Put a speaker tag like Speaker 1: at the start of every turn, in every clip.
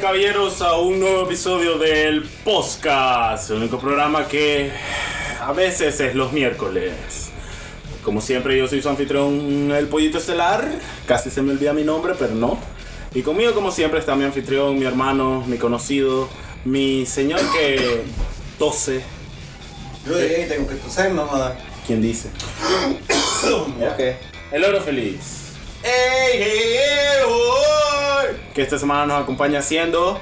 Speaker 1: caballeros a un nuevo episodio del Podcast, el único programa que a veces es los miércoles. Como siempre, yo soy su anfitrión, el Pollito Estelar. Casi se me olvida mi nombre, pero no. Y conmigo, como siempre, está mi anfitrión, mi hermano, mi conocido, mi señor que tose.
Speaker 2: Yo de ahí tengo que toser, no jodas.
Speaker 1: ¿Quién dice?
Speaker 2: Ya.
Speaker 1: El oro feliz.
Speaker 2: ¡Ey, ey, ey! oh!
Speaker 1: Que esta semana nos acompaña haciendo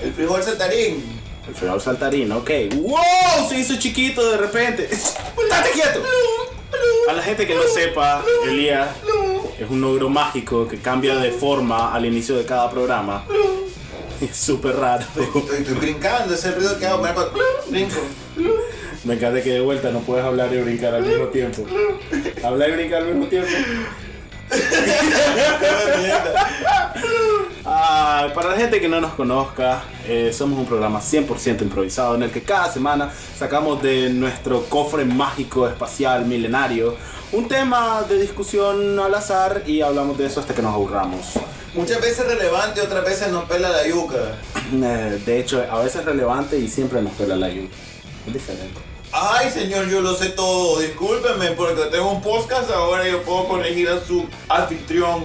Speaker 2: El frijol saltarín.
Speaker 1: el fregado saltarín, ok. ¡Wow! Se hizo chiquito de repente. ¡Estate quieto! A la gente que no sepa, Elías es un ogro mágico que cambia de forma al inicio de cada programa. Es súper raro.
Speaker 2: Estoy, estoy brincando, ese ruido que hago, me hago brinco.
Speaker 1: Me encanta que de vuelta no puedes hablar y brincar al mismo tiempo. Hablar y brincar al mismo tiempo. Ah, para la gente que no nos conozca, eh, somos un programa 100% improvisado en el que cada semana sacamos de nuestro cofre mágico espacial milenario un tema de discusión al azar y hablamos de eso hasta que nos aburramos.
Speaker 2: Muchas veces relevante, otras veces nos pela la yuca.
Speaker 1: Eh, de hecho, a veces es relevante y siempre nos pela la lluvia. Es diferente.
Speaker 2: Ay, señor, yo lo sé todo. Discúlpeme porque tengo un podcast ahora yo puedo corregir a su anfitrión,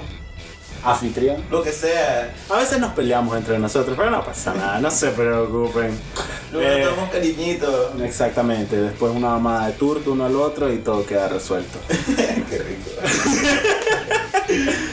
Speaker 1: Anfitrión.
Speaker 2: lo que sea.
Speaker 1: A veces nos peleamos entre nosotros, pero no pasa nada, no se preocupen.
Speaker 2: Luego nos
Speaker 1: Eh,
Speaker 2: damos cariñito.
Speaker 1: exactamente, después una mamada de turco uno al otro y todo queda resuelto.
Speaker 2: Qué rico.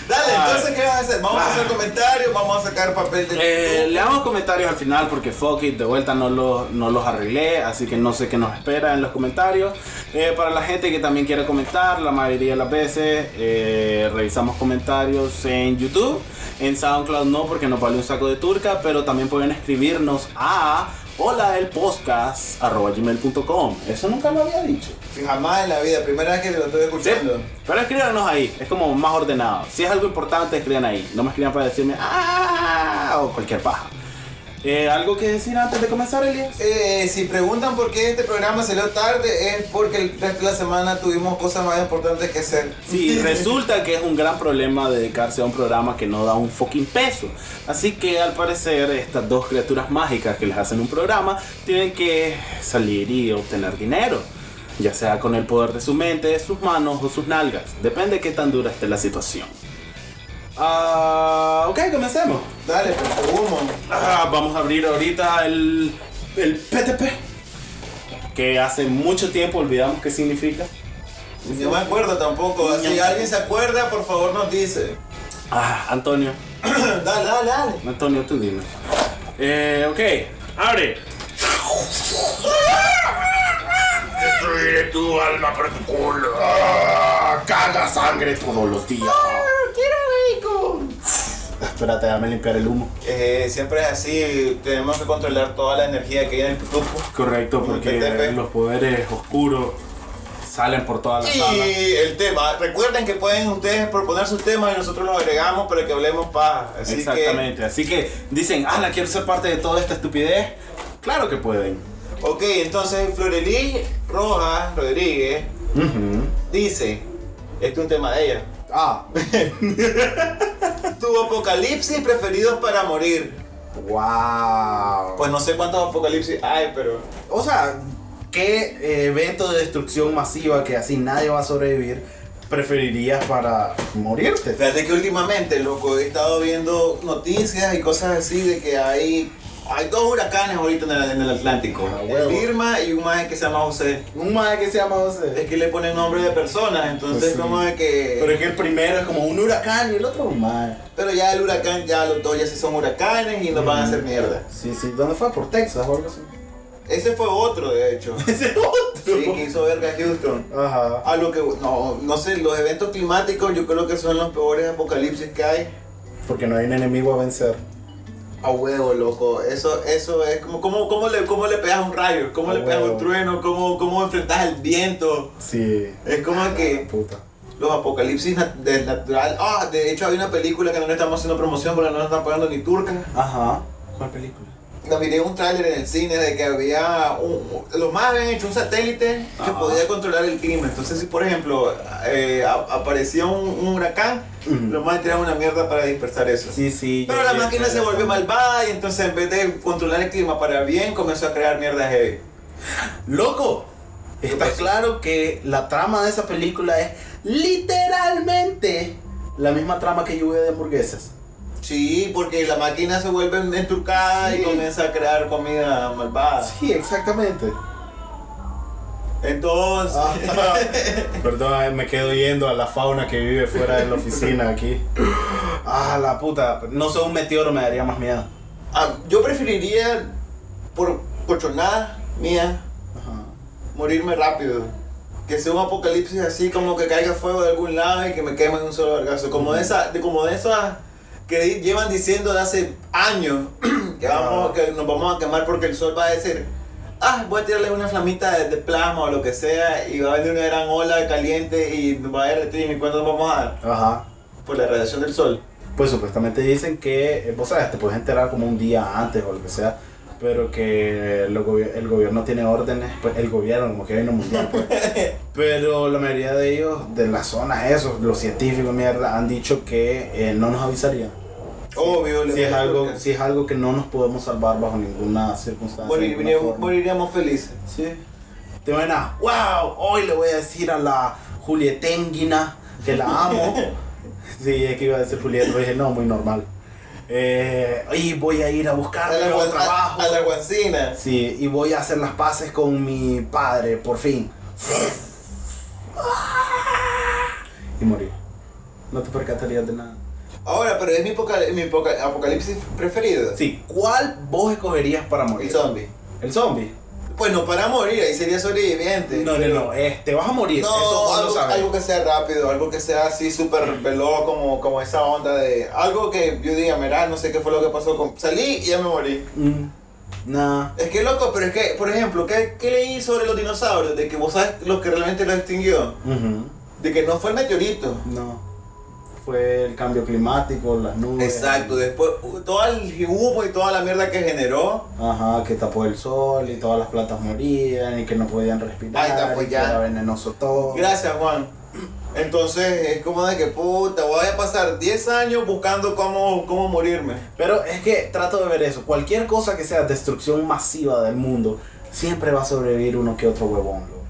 Speaker 2: Dale, entonces, ¿qué vas a hacer? Vamos a hacer comentarios, vamos a sacar papel de.
Speaker 1: Ah. Eh, le damos comentarios al final porque fuck it, de vuelta no los, no los arreglé, así que no sé qué nos espera en los comentarios. Eh, para la gente que también quiere comentar, la mayoría de las veces eh, revisamos comentarios en YouTube, en SoundCloud no porque nos vale un saco de turca, pero también pueden escribirnos a holaelpodcast.com. Eso nunca lo había dicho.
Speaker 2: Jamás en la vida, primera vez que lo estoy
Speaker 1: Sí,
Speaker 2: escuchando.
Speaker 1: pero escríbanos ahí, es como más ordenado. Si es algo importante, escriban ahí. No me escriban para decirme ¡Ah! o cualquier paja. Eh, ¿Algo que decir antes de comenzar, Elias?
Speaker 2: Eh, si preguntan por qué este programa salió tarde, es porque el resto de la semana tuvimos cosas más importantes que hacer.
Speaker 1: Sí, resulta que es un gran problema dedicarse a un programa que no da un fucking peso. Así que al parecer estas dos criaturas mágicas que les hacen un programa tienen que salir y obtener dinero. Ya sea con el poder de su mente, sus manos o sus nalgas. Depende de qué tan dura esté la situación. Ah, ok, comencemos.
Speaker 2: Dale, pues, humo.
Speaker 1: Ah, vamos a abrir ahorita el, el PTP. Que hace mucho tiempo olvidamos qué significa.
Speaker 2: No me acuerdo tampoco. Si alguien se acuerda, por favor nos dice.
Speaker 1: Ah, Antonio.
Speaker 2: dale, dale, dale.
Speaker 1: Antonio, tú dime. Eh, ok, abre.
Speaker 3: Destruiré tu alma por tu culo. Ah, Caga sangre todos los días.
Speaker 1: Espérate, déjame limpiar el humo.
Speaker 2: Eh, siempre es así, tenemos que controlar toda la energía que hay en el grupo.
Speaker 1: Correcto, porque
Speaker 2: PTP.
Speaker 1: los poderes oscuros salen por toda la sala.
Speaker 2: Y el tema, recuerden que pueden ustedes proponer sus temas y nosotros los agregamos para que hablemos paz. Así
Speaker 1: Exactamente, así que dicen, ah, la quiero ser parte de toda esta estupidez. Claro que pueden.
Speaker 2: Que, ok, entonces Florelí Rojas Rodríguez dice, este es un tema de ella.
Speaker 1: Ah,
Speaker 2: Tu apocalipsis preferidos para morir.
Speaker 1: wow.
Speaker 2: Pues no sé cuántos apocalipsis hay, pero.
Speaker 1: O sea, ¿qué eh, evento de destrucción masiva que así nadie va a sobrevivir preferirías para morirte?
Speaker 2: Fíjate que últimamente, loco, he estado viendo noticias y cosas así de que hay. Hay dos huracanes ahorita en el, en el Atlántico.
Speaker 1: Ah,
Speaker 2: El
Speaker 1: huevo.
Speaker 2: Irma y un maje que se llama José.
Speaker 1: Un madre que se llama José.
Speaker 2: Es que le ponen nombre de personas, entonces
Speaker 1: Pues sí.
Speaker 2: como de que...
Speaker 1: Pero
Speaker 2: Pero,
Speaker 1: es que el primero es como un huracán y el otro un madre.
Speaker 2: ya el huracán, ya los dos ya sí son huracanes y nos van a
Speaker 1: Mm.
Speaker 2: hacer mierda.
Speaker 1: Sí, sí. ¿Dónde fue? ¿Por Texas o algo así?
Speaker 2: Ese fue otro, de hecho.
Speaker 1: Ese otro.
Speaker 2: sí, que hizo verga Houston.
Speaker 1: Ajá.
Speaker 2: A lo que, no, no sé, los eventos climáticos yo creo que son los peores apocalipsis que hay.
Speaker 1: Porque no hay un enemigo a vencer.
Speaker 2: A huevo, loco. Eso, eso es como, ¿cómo, cómo, le, cómo le pegas un rayo? ¿Cómo
Speaker 1: A
Speaker 2: le pegas
Speaker 1: huevo.
Speaker 2: un trueno? ¿Cómo, ¿Cómo enfrentas el viento?
Speaker 1: Sí.
Speaker 2: Es como que
Speaker 1: Puta.
Speaker 2: los apocalipsis nat- del natural. Ah, de hecho hay una película que no le estamos haciendo promoción porque no nos están pagando ni turca.
Speaker 1: Ajá. ¿Cuál película?
Speaker 2: no, miré un tráiler en el cine de que había un- los más habían hecho un satélite que
Speaker 4: Ajá.
Speaker 2: podía controlar el clima. Entonces, si por ejemplo eh, a- aparecía un, un huracán, los más tiraban una mierda para dispersar eso.
Speaker 4: Sí, sí.
Speaker 2: Pero
Speaker 4: yo
Speaker 2: la
Speaker 4: vi
Speaker 2: máquina
Speaker 4: esa-
Speaker 2: se volvió malvada y entonces en vez de controlar el clima para bien, comenzó a crear mierda heavy.
Speaker 1: Loco, está
Speaker 2: pasó?
Speaker 1: claro que la trama de esa película es literalmente la misma trama que yo veo de hamburguesas.
Speaker 2: Sí, porque la máquina se vuelve enturcada
Speaker 1: Sí.
Speaker 2: y comienza a crear comida malvada.
Speaker 1: Sí, exactamente.
Speaker 2: Entonces,
Speaker 4: Ah.
Speaker 1: Perdón, eh, me quedo yendo a la fauna que vive fuera de la oficina aquí. Ah, la puta. No sé, un meteoro me daría más miedo.
Speaker 2: ah, yo preferiría, por cochonada mía,
Speaker 1: Ajá.
Speaker 2: morirme rápido. Que sea un apocalipsis así, como que caiga fuego de algún lado y que me quemen de un solo vergazo. Como de esa, de, como de esas que di- llevan diciendo de hace años que, vamos,
Speaker 1: Ah.
Speaker 2: que nos vamos a quemar porque el sol va a decir, ah, voy a tirarle una flamita de, de plasma o lo que sea y va a venir una gran ola caliente y nos va a derretir y cuándo nos vamos a dar
Speaker 1: Ajá.
Speaker 2: por la radiación del sol.
Speaker 1: Pues supuestamente dicen que, eh, vos sabes, te puedes enterar como un día antes o lo que sea, pero que lo gobi- el gobierno tiene órdenes, pues el gobierno, como que hay un mundial, pues. Pero la mayoría de ellos, de las zonas, esos, los científicos, mierda, han dicho que eh, no nos avisarían.
Speaker 2: Obvio, le
Speaker 1: Si es,
Speaker 2: voy a
Speaker 1: algo,
Speaker 2: colocar.
Speaker 1: si es algo que no nos podemos salvar bajo ninguna circunstancia.
Speaker 2: Morir-
Speaker 1: ninguna
Speaker 2: moriríamos,
Speaker 1: forma.
Speaker 2: moriríamos felices.
Speaker 1: Sí. Te van a, wow, hoy le voy a decir a la Julietenguina que la amo. sí, es que iba a decir Julieta, pero dije, no, muy normal. Eh, y voy a ir a buscar
Speaker 2: A la,
Speaker 1: nuevo
Speaker 2: guan- pues, a,
Speaker 1: trabajo.
Speaker 2: a la guancina.
Speaker 1: Sí, y voy a hacer las paces con mi padre, por fin. y morí. No te percatarías de nada.
Speaker 2: Ahora, pero es mi, apocal- mi apocal- apocalipsis preferido.
Speaker 1: Sí, ¿cuál vos escogerías para
Speaker 2: El
Speaker 1: morir?
Speaker 2: zombie.
Speaker 1: ¿El zombie?
Speaker 2: Pues no para morir, ahí sería sobreviviente.
Speaker 1: No, no, no, eh, te vas a morir.
Speaker 2: No,
Speaker 1: eso vos lo
Speaker 2: algo,
Speaker 1: sabes.
Speaker 2: algo que sea rápido, algo que sea así súper veloz, como, como esa onda de. Algo que yo diga, mirá, no sé qué fue lo que pasó con. Salí y ya me morí.
Speaker 1: Mm, nah.
Speaker 2: Es que loco, pero es que, por ejemplo, ¿qué, qué leí sobre los dinosaurios? De que vos sabes lo que realmente los extinguió.
Speaker 1: Ujú.
Speaker 2: De que no fue el meteorito.
Speaker 1: No. Fue el cambio climático, las nubes.
Speaker 2: Exacto, después uh, todo el humo y toda la mierda que generó.
Speaker 1: Ajá, que tapó el sol y todas las plantas morían y que no podían respirar.
Speaker 2: Ay, tapó
Speaker 1: y que
Speaker 2: ya.
Speaker 1: era venenoso todo.
Speaker 2: Gracias, Juan. Entonces es como de que puta, voy a pasar 10 años buscando cómo, cómo morirme.
Speaker 1: Pero es que trato de ver eso. Cualquier cosa que sea destrucción masiva del mundo, siempre va a sobrevivir uno que otro huevón. loco.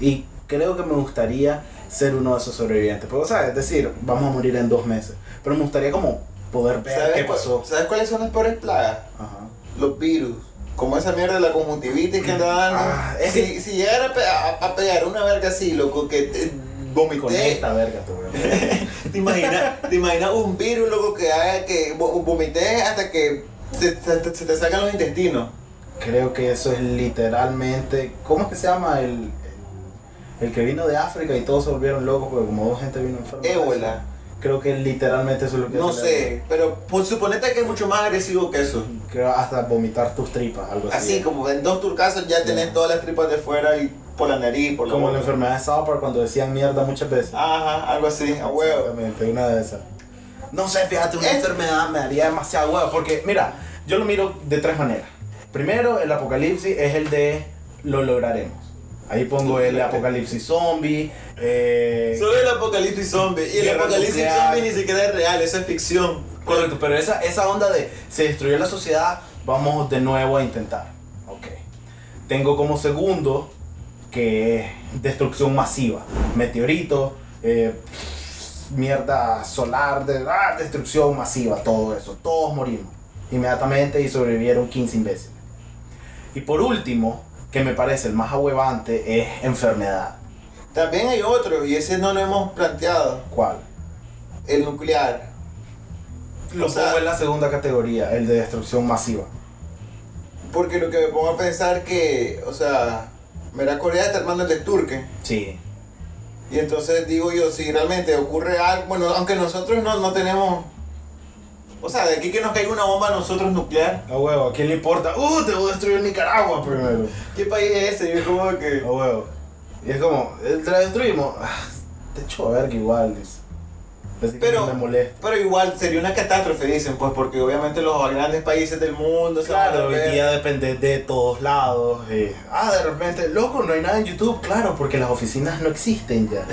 Speaker 1: Y creo que me gustaría ser uno de esos sobrevivientes. Porque, ¿sabes? Es decir, vamos a morir en dos meses. Pero me gustaría como poder ver
Speaker 2: ¿Sabes
Speaker 1: qué
Speaker 2: cu-
Speaker 1: pasó.
Speaker 2: ¿Sabes cuáles son las peores plagas?
Speaker 1: Ajá.
Speaker 2: Los virus. Como esa mierda de la conjuntivitis que anda dando.
Speaker 1: Ah, es
Speaker 2: si,
Speaker 1: que-
Speaker 2: si llegara a, pe- a- a pegar una verga así, loco, que te vomité.
Speaker 1: Con esta verga, tú, weón.
Speaker 2: ¿Te imaginas, te imaginas un virus, loco, que haga que vo- vomité hasta que se, se- se te sacan los intestinos?
Speaker 1: Creo que eso es literalmente. ¿Cómo es que se llama? El, el, el que vino de África y todos se volvieron locos porque como dos gente vino enferma.
Speaker 2: Ébola.
Speaker 1: Creo que literalmente eso es lo que
Speaker 2: No
Speaker 1: hace la-
Speaker 2: sé, pero pues, suponete que es mucho más agresivo que eso.
Speaker 1: Creo hasta vomitar tus tripas, algo así.
Speaker 2: Así, como en dos turcazos ya tenés
Speaker 1: Ya.
Speaker 2: todas las tripas de fuera y por la nariz, por la
Speaker 1: Como
Speaker 2: boca.
Speaker 1: la enfermedad de South Park cuando decían mierda muchas veces.
Speaker 2: Ajá, algo así, a huevo.
Speaker 1: Exactamente, una de esas. No sé, fíjate, una
Speaker 2: Es-
Speaker 1: enfermedad me haría demasiado huevo. Porque, mira, yo lo miro de tres maneras. Primero, el apocalipsis es el de lo lograremos. Ahí pongo el apocalipsis zombie. Eh,
Speaker 2: Solo el apocalipsis zombie. Y el
Speaker 1: Guerra
Speaker 2: apocalipsis
Speaker 1: nuclear.
Speaker 2: zombie ni siquiera es real, eso es ficción.
Speaker 1: Correcto, pero esa, esa onda de se destruyó la sociedad, vamos de nuevo a intentar. Ok. Tengo como segundo que es destrucción masiva. Meteorito, eh, mierda solar, de, ah, destrucción masiva, todo eso. Todos morimos inmediatamente y sobrevivieron 15 imbéciles. Y por último, que me parece el más ahuevante, es enfermedad.
Speaker 2: También hay otro, y ese no lo hemos planteado,
Speaker 1: ¿Cuál?
Speaker 2: el nuclear.
Speaker 1: Lo
Speaker 2: O sea-
Speaker 1: pongo en la segunda categoría, el de destrucción masiva.
Speaker 2: Porque lo que me pongo a pensar que, o sea, mira, Corea está armando el desturque.
Speaker 1: Sí.
Speaker 2: Y entonces digo yo, si realmente ocurre algo, bueno, aunque nosotros no, no tenemos... O sea, de aquí que nos caiga una bomba a nosotros nuclear.
Speaker 1: A huevo, ¿a quién le importa? ¡Uh, te voy a destruir Nicaragua primero!
Speaker 2: ¿Qué país es ese? Yo como que...
Speaker 1: A huevo. Y es como, eh, ¿te la destruimos? Ah, Te echo a verga igual, dice. Así que
Speaker 2: Pero,
Speaker 1: no me molesta.
Speaker 2: pero igual sería una catástrofe, dicen, pues porque obviamente los grandes países del mundo, se van a
Speaker 1: Claro, hoy
Speaker 2: ver.
Speaker 1: día depende de todos lados. eh, ah, de repente, loco, no hay nada en YouTube. Claro, porque las oficinas no existen ya.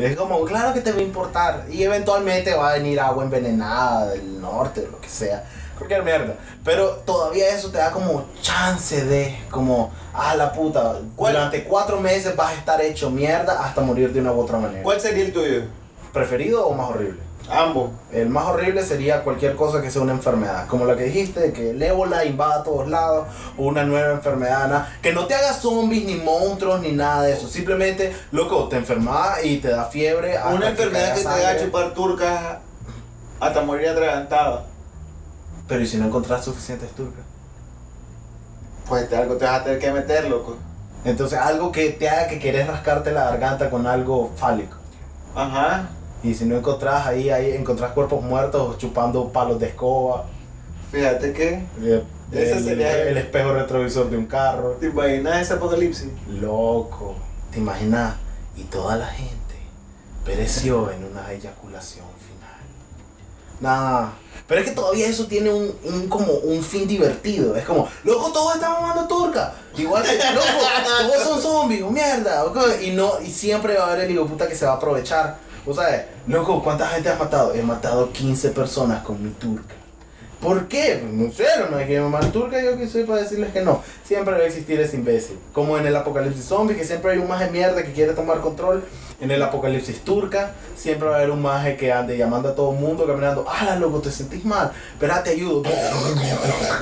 Speaker 1: es como, claro que te va a importar. Y eventualmente va a venir agua envenenada del norte, lo que sea. Cualquier mierda. Pero todavía eso te da como chance de, como, ah, la puta.
Speaker 2: ¿Cuál?
Speaker 1: Durante cuatro meses vas a estar hecho mierda hasta morir de una u otra manera.
Speaker 2: ¿Cuál sería el tuyo?
Speaker 1: ¿Preferido o más horrible?
Speaker 2: Ambos.
Speaker 1: El más horrible sería cualquier cosa que sea una enfermedad, como la que dijiste, que el ébola invada a todos lados, o una nueva enfermedad, na- que no te haga zombies, ni monstruos, ni nada de eso. Simplemente, loco, te enfermas y te da fiebre. hasta
Speaker 2: Una
Speaker 1: caiga
Speaker 2: enfermedad que te
Speaker 1: sangre.
Speaker 2: haga chupar turcas hasta morir atragantado.
Speaker 1: Pero ¿y si no encontrás suficientes turcas?
Speaker 2: Pues te- algo te vas a tener que meter, loco.
Speaker 1: Entonces, algo que te haga que querés rascarte la garganta con algo fálico.
Speaker 2: Ajá.
Speaker 1: Y si no encontrás ahí, ahí encontrás cuerpos muertos chupando palos de escoba,
Speaker 2: Fíjate que.
Speaker 1: eh,
Speaker 2: Ese
Speaker 1: el-
Speaker 2: sería el-
Speaker 1: el espejo retrovisor de un carro.
Speaker 2: ¿Te imaginas ese apocalipsis?
Speaker 1: Loco, ¿te imaginas? Y toda la gente pereció en una eyaculación final. Nah, pero es que todavía eso tiene un, un como un fin divertido. Es como, loco, todos están mamando turca. Igual que, loco, todos son zombies, mierda. ok, Y no, y siempre va a haber el hijo puta que se va a aprovechar. O sea, loco, ¿cuánta gente has matado? He matado 15 personas con mi turca. ¿Por qué? Pues No sé, no me quiero mamar turca, yo que soy para decirles que no. Siempre va a existir ese imbécil. Como en el apocalipsis zombie, que siempre hay un maje mierda que quiere tomar control. En el apocalipsis turca, siempre va a haber un maje que ande llamando a todo el mundo, caminando. ¡Hala, loco, te sentís mal! Espera, te ayudo.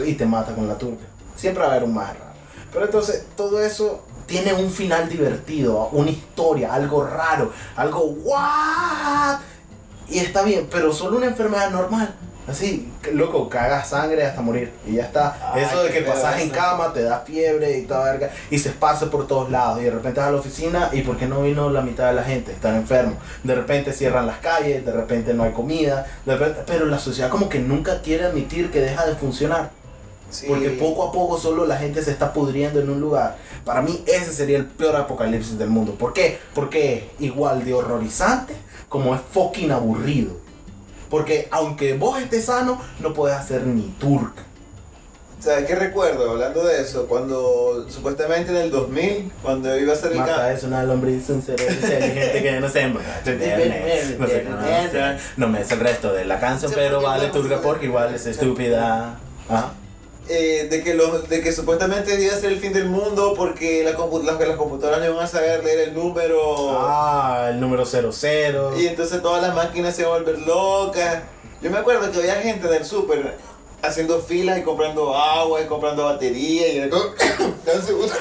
Speaker 1: Y te mata con la turca. Siempre va a haber un maje raro. Pero entonces, todo eso tiene un final divertido, una historia, algo raro, algo what. Y está bien, pero solo una enfermedad normal. Así, que, loco, cagas sangre hasta morir. Y ya está.
Speaker 2: Ay,
Speaker 1: Eso de
Speaker 2: qué
Speaker 1: que pasas
Speaker 2: pedazo.
Speaker 1: en cama, te da fiebre y toda verga. Y se esparce por todos lados. Y de repente vas a la oficina y ¿por qué no vino la mitad de la gente? Están enfermos. De repente cierran las calles, de repente no hay comida. De repente... Pero la sociedad como que nunca quiere admitir que deja de funcionar.
Speaker 2: Sí.
Speaker 1: Porque poco a poco solo la gente se está pudriendo en un lugar. Para mí ese sería el peor apocalipsis del mundo. ¿Por qué? Porque es igual de horrorizante como es fucking aburrido. Porque aunque vos estés sano, no puedes hacer ni turca.
Speaker 2: ¿Sabes qué recuerdo? Hablando de eso, cuando supuestamente en el 2000, cuando iba a ser el
Speaker 1: Marta
Speaker 2: cambio.
Speaker 1: es una lombriz, un cerebro inteligente que no se emborracha. No se conoce. No me es el resto de la canción, pero vale turca porque igual es estúpida. ¿Ah? Ajá.
Speaker 2: eh, de, que los, de que supuestamente iba a ser el fin del mundo porque la compu- las, las computadoras no iban a saber leer el número.
Speaker 1: Ah, el número 00.
Speaker 2: Y entonces todas las máquinas se iban a volver locas. Yo me acuerdo que había gente del súper haciendo filas y comprando agua y comprando batería y era como, "Dame un segundo".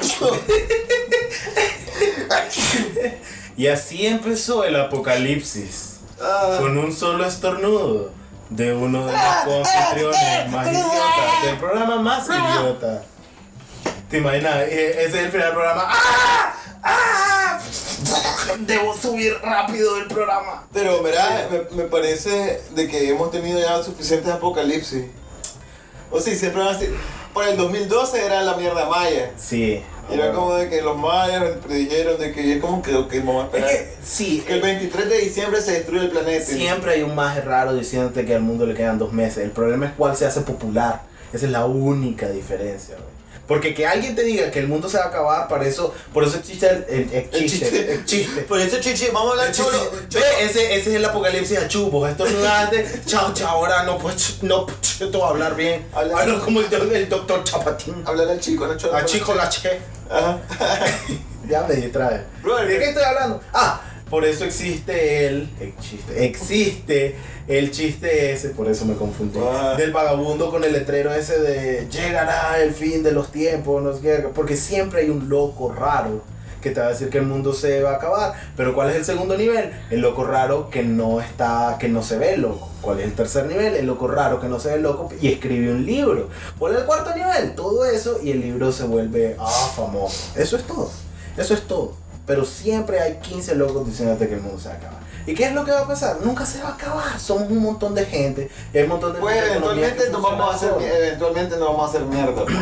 Speaker 1: Y así empezó el apocalipsis,
Speaker 2: Ah,
Speaker 1: con un solo estornudo de uno de los confitriones más idiotas, del programa más idiota. ¿Te imaginas? E- Ese es el final del programa. ¡Ah! ¡Ah! Debo subir rápido el programa.
Speaker 2: Pero verá, me, me parece de que hemos tenido ya suficientes apocalipsis. O sí, siempre van a ser- Por el 2012 era la mierda maya.
Speaker 1: Sí.
Speaker 2: Y era como de que los mayas predijeron de que es como que, ok, vamos a
Speaker 1: Es
Speaker 2: esperar.
Speaker 1: que, sí,
Speaker 2: Que el 23 de diciembre se destruye el planeta.
Speaker 1: Siempre hay un maje raro diciéndote que al mundo le quedan dos meses. El problema es cuál se hace popular. Esa es la única diferencia, güey. Porque que alguien te diga que el mundo se va a acabar, para eso, por eso existe el, el- el chiste.
Speaker 2: chiste.
Speaker 1: El chiste.
Speaker 2: Por eso, chichi, vamos a
Speaker 1: El
Speaker 2: hablar
Speaker 1: chiste.
Speaker 2: cholo.
Speaker 1: Ve, ese, ese es el apocalipsis a chupos. Estos lugares, chao, chao, ahora no puedo, ch- no puedo ch- te voy a hablar bien.
Speaker 2: Habla-
Speaker 1: Hablo como el, do- el doctor Chapatín.
Speaker 2: Hablar al chico, no cholo.
Speaker 1: A chico la che.
Speaker 2: Ajá.
Speaker 1: Ya me distrae.
Speaker 2: Brother,
Speaker 1: ¿De qué estoy hablando? Ah, por eso existe el, el chiste. Existe el chiste ese, por eso me confundí.
Speaker 2: Ah.
Speaker 1: Del vagabundo con el letrero ese de llegará el fin de los tiempos, no sé qué. Porque siempre hay un loco raro que te va a decir que el mundo se va a acabar. Pero ¿cuál es el segundo nivel? El loco raro que no está, que no se ve loco. ¿Cuál es el tercer nivel? El loco raro que no se ve loco y escribe un libro. ¿Cuál es el cuarto nivel? Todo eso y el libro se vuelve ah, famoso. Eso es todo. Eso es todo. Pero siempre hay 15 locos diciéndote que el mundo se va a acabar. ¿Y qué es lo que va a pasar? Nunca se va a acabar. Somos un montón de gente. y hay un montón de
Speaker 2: Pues
Speaker 1: economía que
Speaker 2: eventualmente no
Speaker 1: funciona
Speaker 2: vamos a hacer,
Speaker 1: sola.
Speaker 2: eventualmente no vamos a hacer mierda. pues.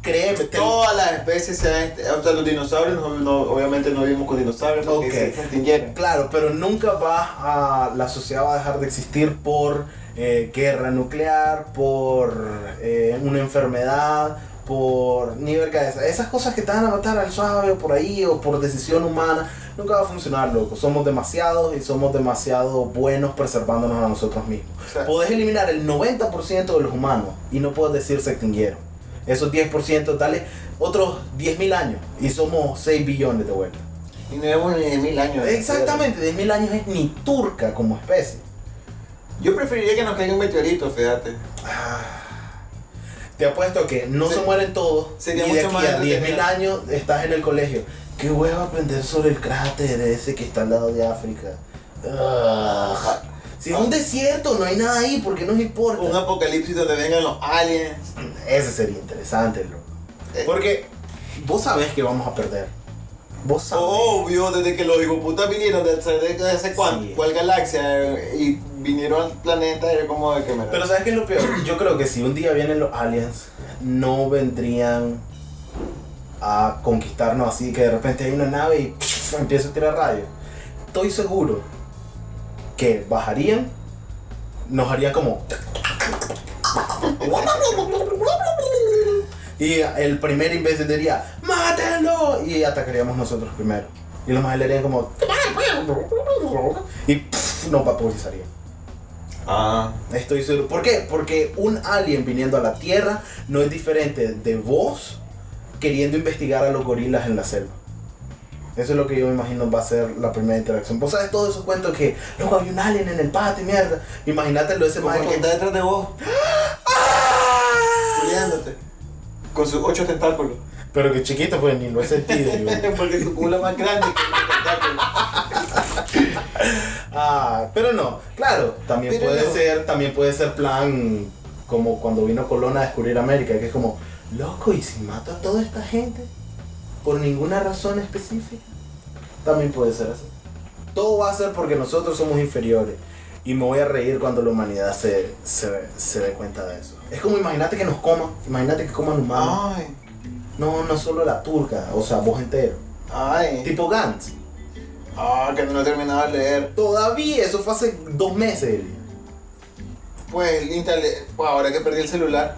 Speaker 1: créeme, te-
Speaker 2: Todas las especies se han extin- O sea, los dinosaurios, no- no- obviamente no vivimos con dinosaurios porque
Speaker 1: Ok.
Speaker 2: se, se extinguieron.
Speaker 1: Claro, pero nunca va a. La sociedad va a dejar de existir por eh, guerra nuclear, por eh, una enfermedad, por. Ni verga de esas. Esas cosas que te van a matar al suave o por ahí o por decisión humana, nunca va a funcionar, loco. Somos demasiados y somos demasiado buenos preservándonos a nosotros mismos.
Speaker 2: O sea,
Speaker 1: Podés eliminar el 90% de los humanos y no puedes decir se extinguieron. Esos 10%, dale otros 10.000 años y somos 6 billones de vuelta.
Speaker 2: y no vemos ni de mil años.
Speaker 1: Pues, Exactamente, 10.000 años es ni turca como especie.
Speaker 2: Yo preferiría que nos caiga un meteorito, fíjate.
Speaker 1: Ah. Te apuesto que no
Speaker 2: Sí.
Speaker 1: se mueren todos
Speaker 2: Sería
Speaker 1: y de
Speaker 2: mucho
Speaker 1: aquí
Speaker 2: más
Speaker 1: a 10.000
Speaker 2: entretenido.
Speaker 1: años estás en el colegio. ¿Qué huevo aprender sobre el cráter ese que está al lado de África? Ugh. Si es un desierto, no hay nada ahí, porque nos importa?
Speaker 2: Un apocalipsis donde vengan los aliens.
Speaker 1: Ese sería interesante, loco.
Speaker 2: Eh,
Speaker 1: Porque vos sabés que vamos a perder. Vos sabés.
Speaker 2: Pues Obvio, desde que los hijoputas vinieron de hace, de hace cuán-
Speaker 1: Sí.
Speaker 2: cuál galaxia eh, y vinieron al planeta, era como de que me
Speaker 1: Pero ¿sabes qué es lo peor? Yo creo que si un día vienen los aliens, no vendrían a conquistarnos así que de repente hay una nave y empieza a tirar rayos. Estoy seguro que bajarían, nos harían como... Y el primer imbécil diría, ¡mátenlo! Y atacaríamos nosotros primero. Y los más le harían como... Y nos vaporizarían.
Speaker 2: Ah.
Speaker 1: Estoy seguro. ¿Por qué? Porque un alien viniendo a la Tierra no es diferente de vos queriendo investigar a los gorilas en la selva. Eso es lo que yo me imagino va a ser la primera interacción. Vos sabes todos esos cuentos que, loco, había un alien en el patio, mierda. Imagínate lo de ese
Speaker 2: Como el que
Speaker 1: Michael.
Speaker 2: está detrás de vos, culiándote. ¡Ah! Con sus ocho tentáculos.
Speaker 1: Pero que chiquito, pues ni lo he sentido. yo.
Speaker 2: Porque tu culo es más grande que los tentáculos.
Speaker 1: Ah, pero no, claro, también
Speaker 2: Pero
Speaker 1: puede
Speaker 2: no.
Speaker 1: ser, también puede ser plan como cuando vino Colón a descubrir América, que es como, loco, y si mato a toda esta gente por ninguna razón específica, también puede ser así. Todo va a ser porque nosotros somos inferiores. Y me voy a reír cuando la humanidad se, se, se dé cuenta de eso. Es como imagínate que nos coman, imagínate que coman humanos.
Speaker 2: Ay,
Speaker 1: No, no solo la turca, o sea, vos entero.
Speaker 2: ay.
Speaker 1: Tipo Gantz.
Speaker 2: Ah, que no lo he terminado de leer.
Speaker 1: Todavía, eso fue hace dos meses. Elia.
Speaker 2: Pues el internet. Wow, ahora que perdí el celular.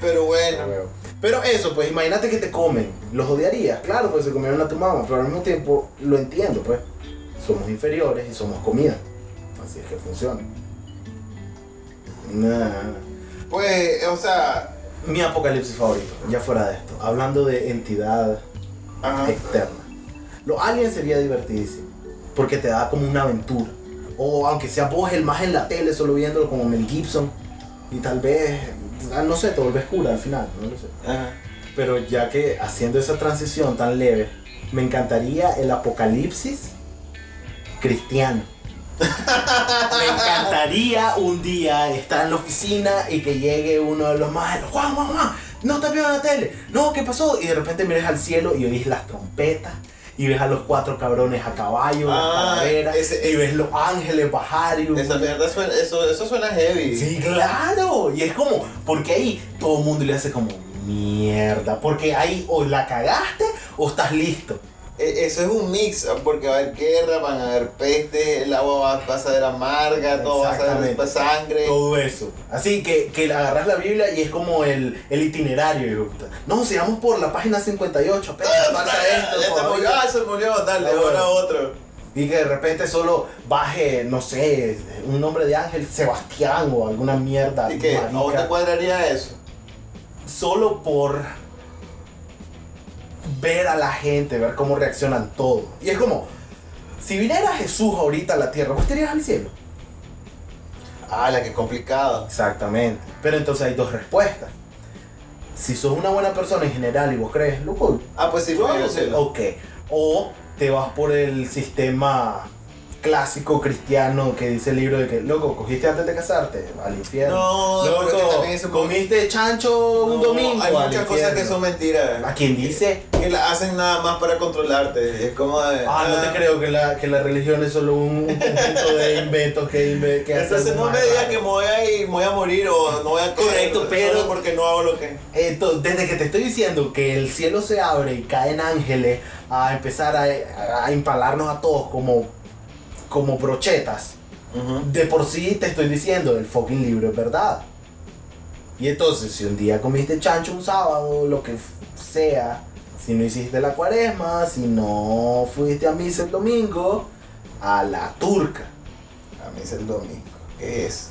Speaker 2: Pero bueno.
Speaker 1: Ah, Pero eso, pues imagínate que te comen. Los odiarías, claro, pues se comieron a tu mamá, pero al mismo tiempo lo entiendo, pues. Somos inferiores y somos comida. Así es que funciona. Nah.
Speaker 2: Pues, o sea.
Speaker 1: Mi apocalipsis favorito, ya fuera de esto, hablando de entidad
Speaker 2: Ajá.
Speaker 1: externa. Los aliens sería divertidísimo, porque te da como una aventura. O aunque sea vos el más en la tele, solo viéndolo como Mel Gibson, y tal vez, ah, no sé, te volvés cura al final, no lo sé.
Speaker 2: Ajá.
Speaker 1: Pero ya que haciendo esa transición tan leve, me encantaría el apocalipsis cristiano. me encantaría un día estar en la oficina y que llegue uno de los más, Juan, Juan, Juan, no te veo en la tele, no, ¿qué pasó? Y de repente mires al cielo y oís las trompetas. Y ves a los cuatro cabrones a caballo, en
Speaker 2: Ah,
Speaker 1: las calaveras,
Speaker 2: ese-
Speaker 1: y ves los ángeles bajar y
Speaker 2: Esa mierda suena. Eso, eso suena heavy.
Speaker 1: Sí, claro. Y es como, porque ahí todo el mundo le hace como mierda. Porque ahí o la cagaste o estás listo.
Speaker 2: E- Eso es un mix, porque va a haber guerra, van a haber peste, el agua va, va a ser amarga, todo va a ser
Speaker 1: Exactamente. Oh.
Speaker 2: va sangre.
Speaker 1: Todo eso. Así que, que agarras la Biblia y es como el, el itinerario. hijo de puta. No, sigamos por la página 58. Pero pasa
Speaker 2: Ah, Ya
Speaker 1: esto.
Speaker 2: está murió,
Speaker 1: todavía.
Speaker 2: ah, se murió, dale,
Speaker 1: Ah, bueno.
Speaker 2: ahora otro.
Speaker 1: Y que de repente solo baje, no sé, un nombre de ángel, Sebastián o alguna mierda.
Speaker 2: ¿Y qué? ¿A vos
Speaker 1: marica.
Speaker 2: te cuadraría eso?
Speaker 1: solo por ver a la gente, ver cómo reaccionan todos. Y es como, si viniera Jesús ahorita a la tierra, vos te irías al cielo.
Speaker 2: Ah, la que complicado.
Speaker 1: Exactamente. Pero entonces hay dos respuestas. Si sos una buena persona en general y vos crees, loco,
Speaker 2: Ah, pues sí,
Speaker 1: yo
Speaker 2: voy a
Speaker 1: no sé,
Speaker 2: hacerlo.
Speaker 1: ok. O te vas por el sistema clásico cristiano que dice el libro de que, loco, cogiste antes de casarte, al infierno.
Speaker 2: No,
Speaker 1: loco,
Speaker 2: porque también es un-
Speaker 1: comiste chancho un
Speaker 2: No,
Speaker 1: domingo.
Speaker 2: Hay
Speaker 1: al
Speaker 2: muchas cosas que
Speaker 1: infierno.
Speaker 2: son mentiras.
Speaker 1: A quien dice,
Speaker 2: Que la hacen nada más para controlarte. Es como de.
Speaker 1: ah, no
Speaker 2: ah,
Speaker 1: te creo que la, que la religión es solo un, un conjunto de inventos que, inve- que hacen
Speaker 2: Entonces no me
Speaker 1: humanos".
Speaker 2: digas que me voy a, ir, me voy a morir o no voy a
Speaker 1: Correcto,
Speaker 2: solo
Speaker 1: pero-
Speaker 2: porque no hago lo que.
Speaker 1: Entonces, desde que te estoy diciendo que el cielo se abre y caen ángeles a empezar a, a impalarnos a todos como, como brochetas, de por sí te estoy diciendo, el fucking libro es verdad. Y entonces, si un día comiste chancho un sábado, lo que f- sea, si no hiciste la cuaresma, si no fuiste a misa el domingo, a la turca.
Speaker 2: A mí es el domingo. ¿Qué es?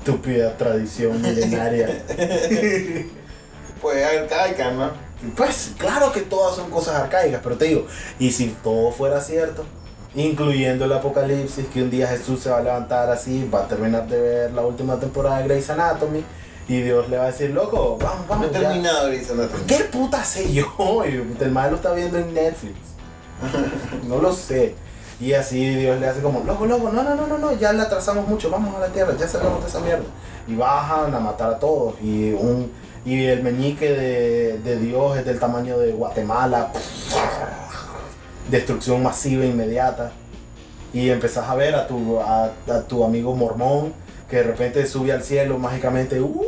Speaker 1: Estúpida tradición milenaria.
Speaker 2: Pues arcaica, ¿no?
Speaker 1: Pues claro que todas son cosas arcaicas, pero te digo, y si todo fuera cierto, incluyendo el apocalipsis, que un día Jesús se va a levantar así, va a terminar de ver la última temporada de Grey's Anatomy, y Dios le va a decir, loco, vamos,
Speaker 2: No he
Speaker 1: vamos. ya".
Speaker 2: terminado ahorita. no he terminado.
Speaker 1: ¿Qué puta sé yo? Y El mal lo está viendo en Netflix. No lo sé. Y así Dios le hace como, loco, loco, no, no, no, no, no, ya la atrasamos mucho, vamos a la tierra, ya salgamos de esa mierda. Y bajan a matar a todos. Y un y el meñique de, de Dios es del tamaño de Guatemala. Destrucción masiva e inmediata. Y empezás a ver a tu, a, a tu amigo mormón que de repente sube al cielo mágicamente. "Uh,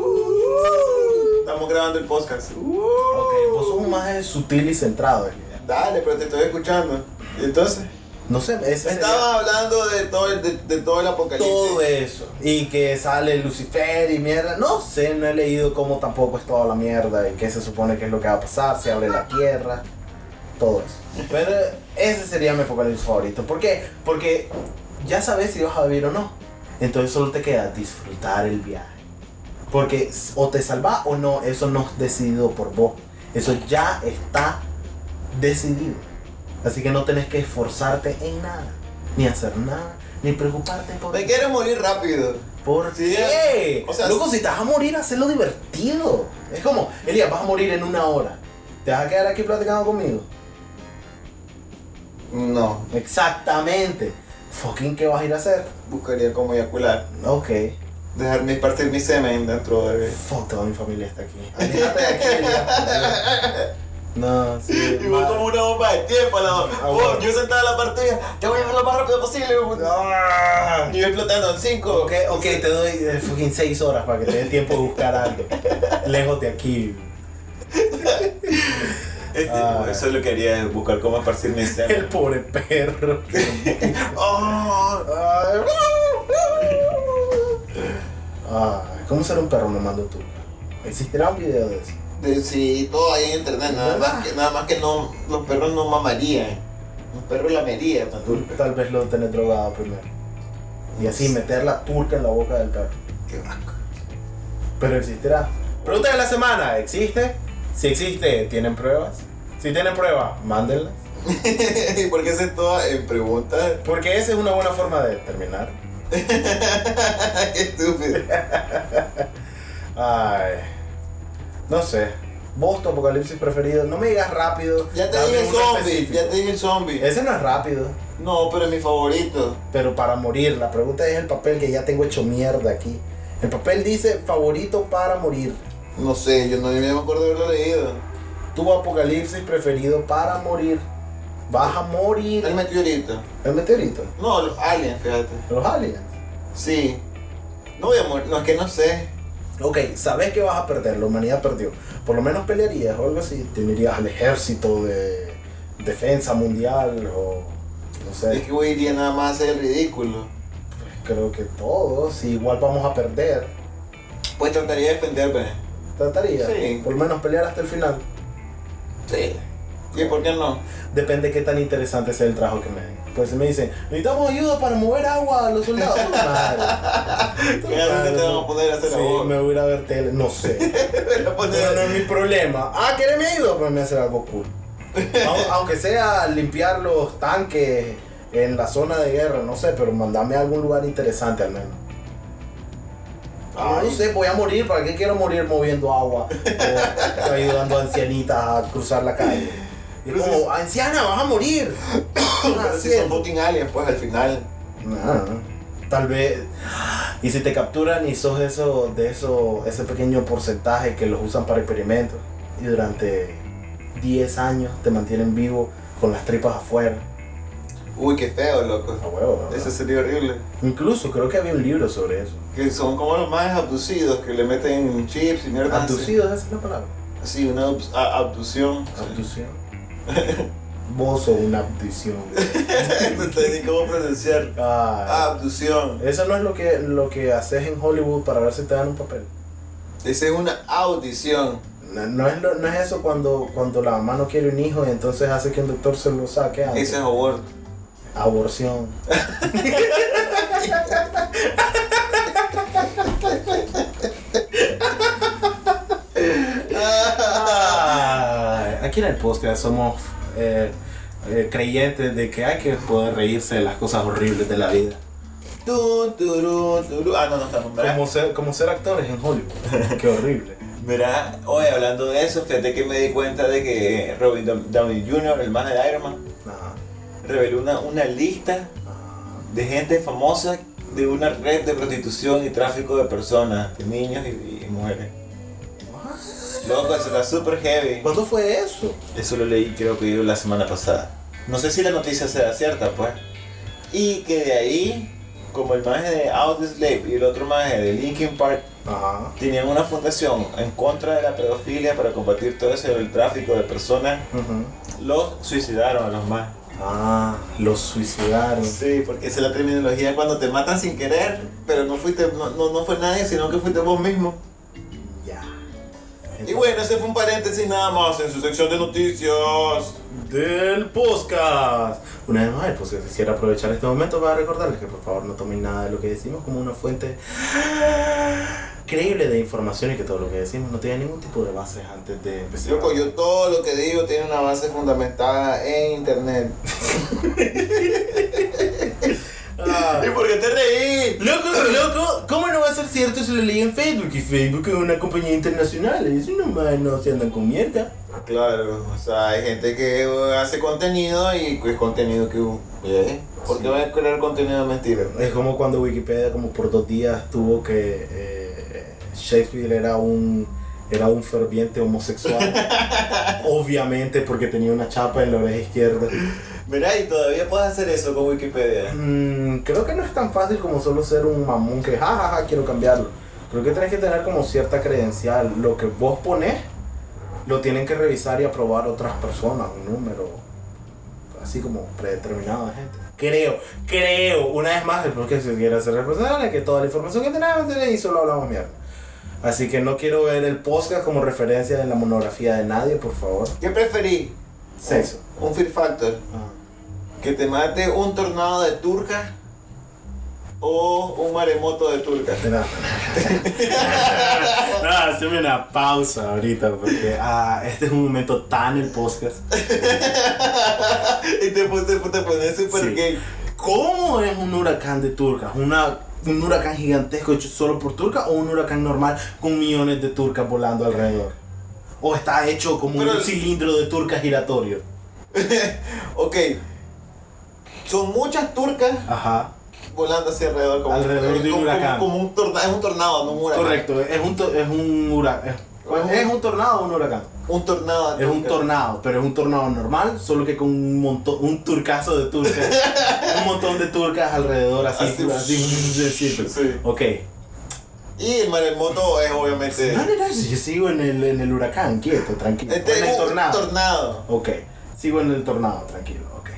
Speaker 1: uh,
Speaker 2: Estamos grabando el podcast.
Speaker 1: Ok, vos sos un maje sutil y centrado. eh. es la idea.
Speaker 2: Dale, pero te estoy escuchando. Y Entonces,
Speaker 1: No sé, ese sería
Speaker 2: estaba hablando de todo el, de, de todo el apocalipsis.
Speaker 1: todo eso. Y que sale Lucifer y mierda. No sé, no he leído cómo tampoco es toda la mierda y qué se supone que es lo que va a pasar. Se abre la tierra, todo eso. Pero ese sería mi apocalipsis favorito. ¿Por qué? Porque ya sabes si vas a vivir o no. Entonces solo te queda disfrutar el viaje. Porque s- o te salvás o no, eso no es decidido por vos. Eso ya está decidido. Así que no tenés que esforzarte en nada, ni hacer nada, ni preocuparte por
Speaker 2: Me quiero morir rápido.
Speaker 1: ¿Por
Speaker 2: Sí,
Speaker 1: qué?
Speaker 2: o sea,
Speaker 1: Loco, si te vas a morir, hacerlo divertido. Es como, Elías, vas a morir en una hora. ¿Te vas a quedar aquí platicando conmigo?
Speaker 2: No,
Speaker 1: Exactamente. Fucking, ¿qué vas a ir a hacer?
Speaker 2: buscaría cómo eyacular.
Speaker 1: Ok.
Speaker 2: Dejar mi partir mi semen dentro de.
Speaker 1: Fuck, toda mi familia está aquí. Aléjate de aquí, Elías. No, sí.
Speaker 2: Y voy
Speaker 1: ma-
Speaker 2: como una bomba de tiempo, la-
Speaker 1: Ah,
Speaker 2: Oh,
Speaker 1: bueno.
Speaker 2: yo sentado en la partida, yo voy a llegar lo más rápido posible.
Speaker 1: Ah.
Speaker 2: Y yo explotando en 5.
Speaker 1: Ok, ok, te doy eh, fucking 6 horas para que te dé tiempo de buscar algo. Lejos de aquí. Ah.
Speaker 2: Este, Eso es lo que haría, es buscar cómo esparcir mi
Speaker 1: El
Speaker 2: semen.
Speaker 1: pobre perro.
Speaker 2: Oh,
Speaker 1: Ay. Ah, ¿Cómo ser un perro me mando tú? ¿Existirá un video de eso?
Speaker 2: de- sí, todo ahí en internet, nada más que, nada más que no, los perros no mamarían. Los perros lamerían, la turca.
Speaker 1: Tal vez lo tenés drogado primero. Y así meter la turca en la boca del perro.
Speaker 2: Qué asco.
Speaker 1: Pero existirá. Pregunta de la semana, ¿existe? Si existe, ¿tienen pruebas? Si tienen pruebas, mándenlas.
Speaker 2: ¿Y por qué se todo en preguntas?
Speaker 1: Porque esa es una buena forma de terminar.
Speaker 2: Qué estúpido.
Speaker 1: Ay. No sé. ¿Vos tu apocalipsis preferido? No me digas rápido.
Speaker 2: Ya te
Speaker 1: dame
Speaker 2: dije el
Speaker 1: uno
Speaker 2: zombie,
Speaker 1: específico.
Speaker 2: ya te dije el zombie.
Speaker 1: Ese no es rápido.
Speaker 2: No, pero es mi favorito.
Speaker 1: pero para morir. La pregunta es el papel que ya tengo hecho mierda aquí. El papel dice favorito para morir.
Speaker 2: No sé, yo no yo me acuerdo de haberlo leído.
Speaker 1: Tu apocalipsis preferido para morir. Vas a morir.
Speaker 2: El meteorito.
Speaker 1: El meteorito.
Speaker 2: No, los aliens, fíjate.
Speaker 1: Los aliens.
Speaker 2: Sí. No voy a morir, no, es que no sé.
Speaker 1: Ok, sabes que vas a perder. La humanidad perdió. Por lo menos pelearías o algo así. Tendrías al ejército de defensa mundial o no
Speaker 2: Es
Speaker 1: sé.
Speaker 2: que voy a iría nada más a hacer el ridículo.
Speaker 1: Creo que todos. Igual vamos a perder.
Speaker 2: Pues trataría de defenderme.
Speaker 1: Trataría.
Speaker 2: Sí.
Speaker 1: Por lo menos pelear hasta el final.
Speaker 2: Sí. ¿Y por qué no?
Speaker 1: Depende qué tan interesante sea el trabajo que me den. Pues si me dicen, necesitamos ayuda para mover agua a los soldados. Madre.
Speaker 2: ¿Qué haces que te van a poner a hacer
Speaker 1: Sí,
Speaker 2: ahora?
Speaker 1: me voy a ir a ver tele, no sé. Pero no es mi problema. Ah, ¿querés mi ayuda? Pues me hacer algo cool. Au- Aunque sea limpiar los tanques en la zona de guerra, no sé, pero mandame a algún lugar interesante al menos. Ah, no
Speaker 2: Ay.
Speaker 1: sé, voy a morir, ¿para qué quiero morir moviendo agua? O ayudando a ancianitas a cruzar la calle. Y es como, anciana, vas a morir.
Speaker 2: Pero si son fucking aliens, pues al final.
Speaker 1: Nah, tal vez. Y si te capturan y sos eso, de eso, ese pequeño porcentaje que los usan para experimentos. Y durante 10 años te mantienen vivo con las tripas afuera.
Speaker 2: Uy, qué feo, loco.
Speaker 1: A huevo, ¿no?
Speaker 2: Eso sería horrible.
Speaker 1: Incluso creo que había un libro sobre eso.
Speaker 2: Que son como los más abducidos, que le meten chips y mierda. así.
Speaker 1: Abducido, esa es la palabra.
Speaker 2: Sí, una abs- a- abducción.
Speaker 1: Abducción. Vos sos una abducción.
Speaker 2: no te di cómo pronunciar.
Speaker 1: Ah,
Speaker 2: Abducción.
Speaker 1: Eso no es lo que, lo que haces en Hollywood para ver si te dan un papel.
Speaker 2: Esa es una audición.
Speaker 1: No, no es, lo- no es eso cuando, cuando la mamá no quiere un hijo y entonces hace que un doctor se lo saque antes.
Speaker 2: Ese es aborto.
Speaker 1: Aborción. Ay, Aquí en el podcast somos eh, eh, creyentes de que hay que poder reírse de las cosas horribles de la vida.
Speaker 2: Tun, turun, turun. Ah, no, no estamos. ¿verdad?
Speaker 1: Como ser, como ser actores en Hollywood. Qué horrible.
Speaker 2: Mira, hoy hablando de eso, fíjate que me di cuenta de que eh, Robin Dam- Downey Jr., el más de Iron Man,
Speaker 1: Ajá,
Speaker 2: reveló una, una lista
Speaker 1: ajá.
Speaker 2: de gente famosa de una red de prostitución y tráfico de personas, de niños y, y mujeres. Loco, eso está super heavy.
Speaker 1: ¿Cuándo fue eso?
Speaker 2: Eso lo leí creo que yo la semana pasada. No sé si la noticia será cierta, pues. Y que de ahí, como el maje de Out the Slave y el otro maje de Linkin Park
Speaker 1: Ajá.
Speaker 2: tenían una fundación en contra de la pedofilia para combatir todo eso del tráfico de personas,
Speaker 1: Ujú.
Speaker 2: los suicidaron a los más.
Speaker 1: Ah, los suicidaron.
Speaker 2: Sí, porque esa es la terminología cuando te matan sin querer, pero no fuiste, no, no, no fue nadie, sino que fuiste vos mismo.
Speaker 1: Ya.
Speaker 2: Y bueno, ese fue un paréntesis nada más en su sección de noticias.
Speaker 1: del podcast. Una vez más, el podcast quisiera aprovechar este momento para recordarles que por favor no tomen nada de lo que decimos como una fuente creíble de información y que todo lo que decimos no tiene ningún tipo de bases antes de empezar.
Speaker 2: Loco, pues yo todo lo que digo tiene una base fundamentada en internet.
Speaker 1: Ah.
Speaker 2: ¿Y por qué te reí?
Speaker 1: Loco, loco, ¿cómo no va a ser cierto si lo leí en Facebook? Y Facebook es una compañía internacional, es una madre, no se andan con mierda.
Speaker 2: Claro, o sea, hay gente que eh, hace contenido y es contenido que... ¿Eh? ¿Por qué van a crear contenido de mentira?
Speaker 1: Es como cuando Wikipedia como por dos días tuvo que eh, Shakespeare era un era un ferviente homosexual. Obviamente porque tenía una chapa en la oreja izquierda.
Speaker 2: Mira, y todavía puedes hacer eso con Wikipedia.
Speaker 1: Mm, creo que no es tan fácil como solo ser un mamón que jajaja quiero cambiarlo. Creo que tenés que tener como cierta credencial. Lo que vos pones lo tienen que revisar y aprobar otras personas, un número así como predeterminado de gente. Creo, creo, una vez más, el porque se quiere hacer responsable que toda la información que tenemos tenemos y solo hablamos mierda. Así que no quiero ver el podcast como referencia de la monografía de nadie, por favor.
Speaker 2: ¿Qué preferí?
Speaker 1: Sexo.
Speaker 2: Un Fear Factor.
Speaker 1: Ah.
Speaker 2: Que te mate un tornado de turca o un maremoto de turca.
Speaker 1: Espera. No, hazme una pausa ahorita porque ah, este es un momento tan el podcast.
Speaker 2: y te, pon- te, pon- te pones super
Speaker 1: Sí.
Speaker 2: gay.
Speaker 1: ¿Cómo es un huracán de turcas? ¿Una, ¿Un huracán gigantesco hecho solo por turcas o un huracán normal con millones de turcas volando alrededor? ¿O está hecho como
Speaker 2: Pero-
Speaker 1: un cilindro de turcas giratorio?
Speaker 2: Ok. Son muchas turcas
Speaker 1: Ajá.
Speaker 2: volando hacia alrededor. Como,
Speaker 1: Alrededor de un
Speaker 2: como- como-
Speaker 1: huracán.
Speaker 2: Como, un tornado, es un tornado, no un huracán.
Speaker 1: Correcto, es un, to- es un huracán. ¿Es un tornado o un huracán?
Speaker 2: Un tornado de
Speaker 1: Es un
Speaker 2: turca.
Speaker 1: tornado, pero es un tornado normal, solo que con un montón, un turcazo de turcas, un montón de turcas alrededor, así,
Speaker 2: Así.
Speaker 1: así, de simple.
Speaker 2: Sí.
Speaker 1: Ok.
Speaker 2: Y el maremoto es obviamente.
Speaker 1: No, no, no, yo sigo en el, en el huracán, quieto, tranquilo.
Speaker 2: Este
Speaker 1: en el
Speaker 2: es un
Speaker 1: tornado.
Speaker 2: tornado.
Speaker 1: ok, sigo en el tornado, tranquilo, ok.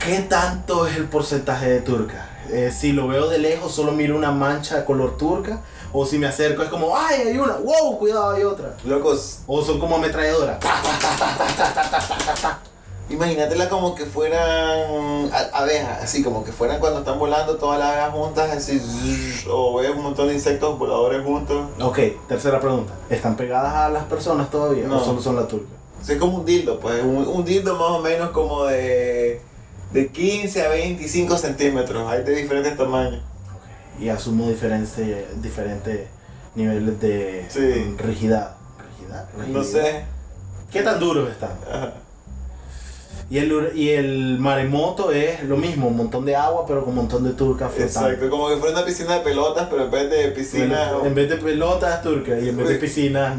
Speaker 1: ¿Qué tanto es el porcentaje de turca? Eh, si lo veo de lejos, solo miro una mancha de color turca, o si me acerco es como, ¡ay, hay una! ¡Wow, cuidado, hay otra!
Speaker 2: Locos,
Speaker 1: O son como ametralladoras.
Speaker 2: Imagínatela como que fueran a- abejas, así como que fueran cuando están volando todas las abejas juntas, así, zzzz, o ves un montón de insectos voladores juntos.
Speaker 1: Ok, tercera pregunta. ¿Están pegadas a las personas todavía?
Speaker 2: No.
Speaker 1: ¿O solo son la turca?
Speaker 2: O sea, es como un dildo, pues, un, un dildo más o menos como de, de 15 a 25 centímetros, hay de diferentes tamaños.
Speaker 1: Y asumo diferente- diferentes niveles de
Speaker 2: Sí.
Speaker 1: rigidad. ¿Rigidad?
Speaker 2: No
Speaker 1: Rigidez.
Speaker 2: sé,
Speaker 1: ¿Qué tan duros están?
Speaker 2: Ajá.
Speaker 1: Y el, hur- y el maremoto es lo mismo, un montón de agua, pero con un montón de turcas flotando.
Speaker 2: Exacto, como que fuera una piscina de pelotas, pero en vez de piscina.
Speaker 1: Bueno, en vez de pelotas turcas y en vez de
Speaker 2: Sí.
Speaker 1: piscinas,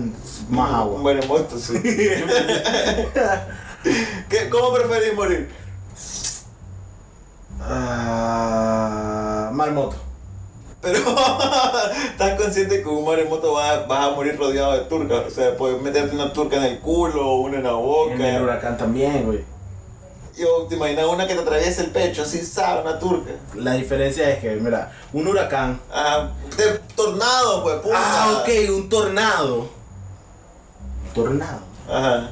Speaker 1: más agua.
Speaker 2: Un buen monstruo, sí. ¿Qué- ¿Cómo preferís morir?
Speaker 1: Ah, maremoto.
Speaker 2: Pero estás consciente que un maremoto va, vas a morir rodeado de turcas. O sea, puedes meterte una turca en el culo, una en la
Speaker 1: En el
Speaker 2: boca.
Speaker 1: huracán también, güey.
Speaker 2: Yo te imaginas una que te atraviesa el pecho, así sabe, una turca.
Speaker 1: La diferencia es que, mira, un huracán.
Speaker 2: Ah, de tornado, pues, puta.
Speaker 1: Ah, ok, un tornado. Tornado.
Speaker 2: Ajá.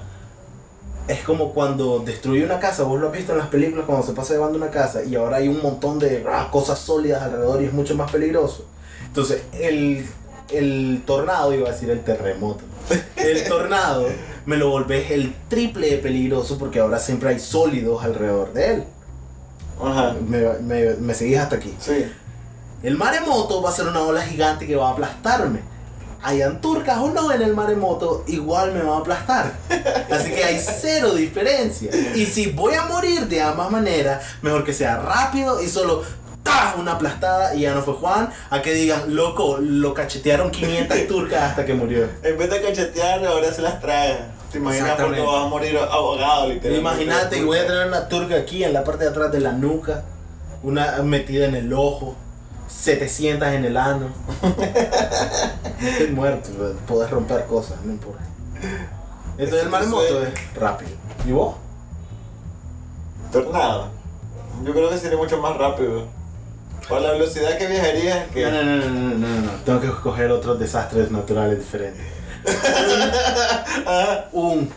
Speaker 1: Es como cuando destruye una casa, vos lo has visto en las películas cuando se pasa llevando una casa y ahora hay un montón de ah, cosas sólidas alrededor y es mucho más peligroso. Entonces, el, el tornado, iba a decir el terremoto, el tornado me lo volvés el triple de peligroso porque ahora siempre hay sólidos alrededor de él.
Speaker 2: Ajá.
Speaker 1: Me, me- me seguís hasta aquí.
Speaker 2: Sí.
Speaker 1: El maremoto va a ser una ola gigante que va a aplastarme. Hayan turcas o no en el maremoto, igual me va a aplastar. Así que hay cero diferencia. Y si voy a morir de ambas maneras, mejor que sea rápido y solo ¡tas! una aplastada y ya no fue Juan, a que digan, loco, lo cachetearon 500 turcas hasta que murió.
Speaker 2: En vez de cachetear, ahora se las traga. Te imaginas porque
Speaker 1: Exactamente.
Speaker 2: vas a morir ahogado, literalmente.
Speaker 1: Imagínate, y voy a tener una turca aquí en la parte de atrás de la nuca, una metida en el ojo, 700 en el ano. Estoy muerto, bro. podés romper cosas, no importa. Entonces el maremoto eh. es rápido. ¿Y vos?
Speaker 2: Tornado. Yo creo que sería mucho más rápido. Por la velocidad que viajarías, que.
Speaker 1: No, no, no, no, no, no, no. Tengo que escoger otros desastres naturales diferentes. Un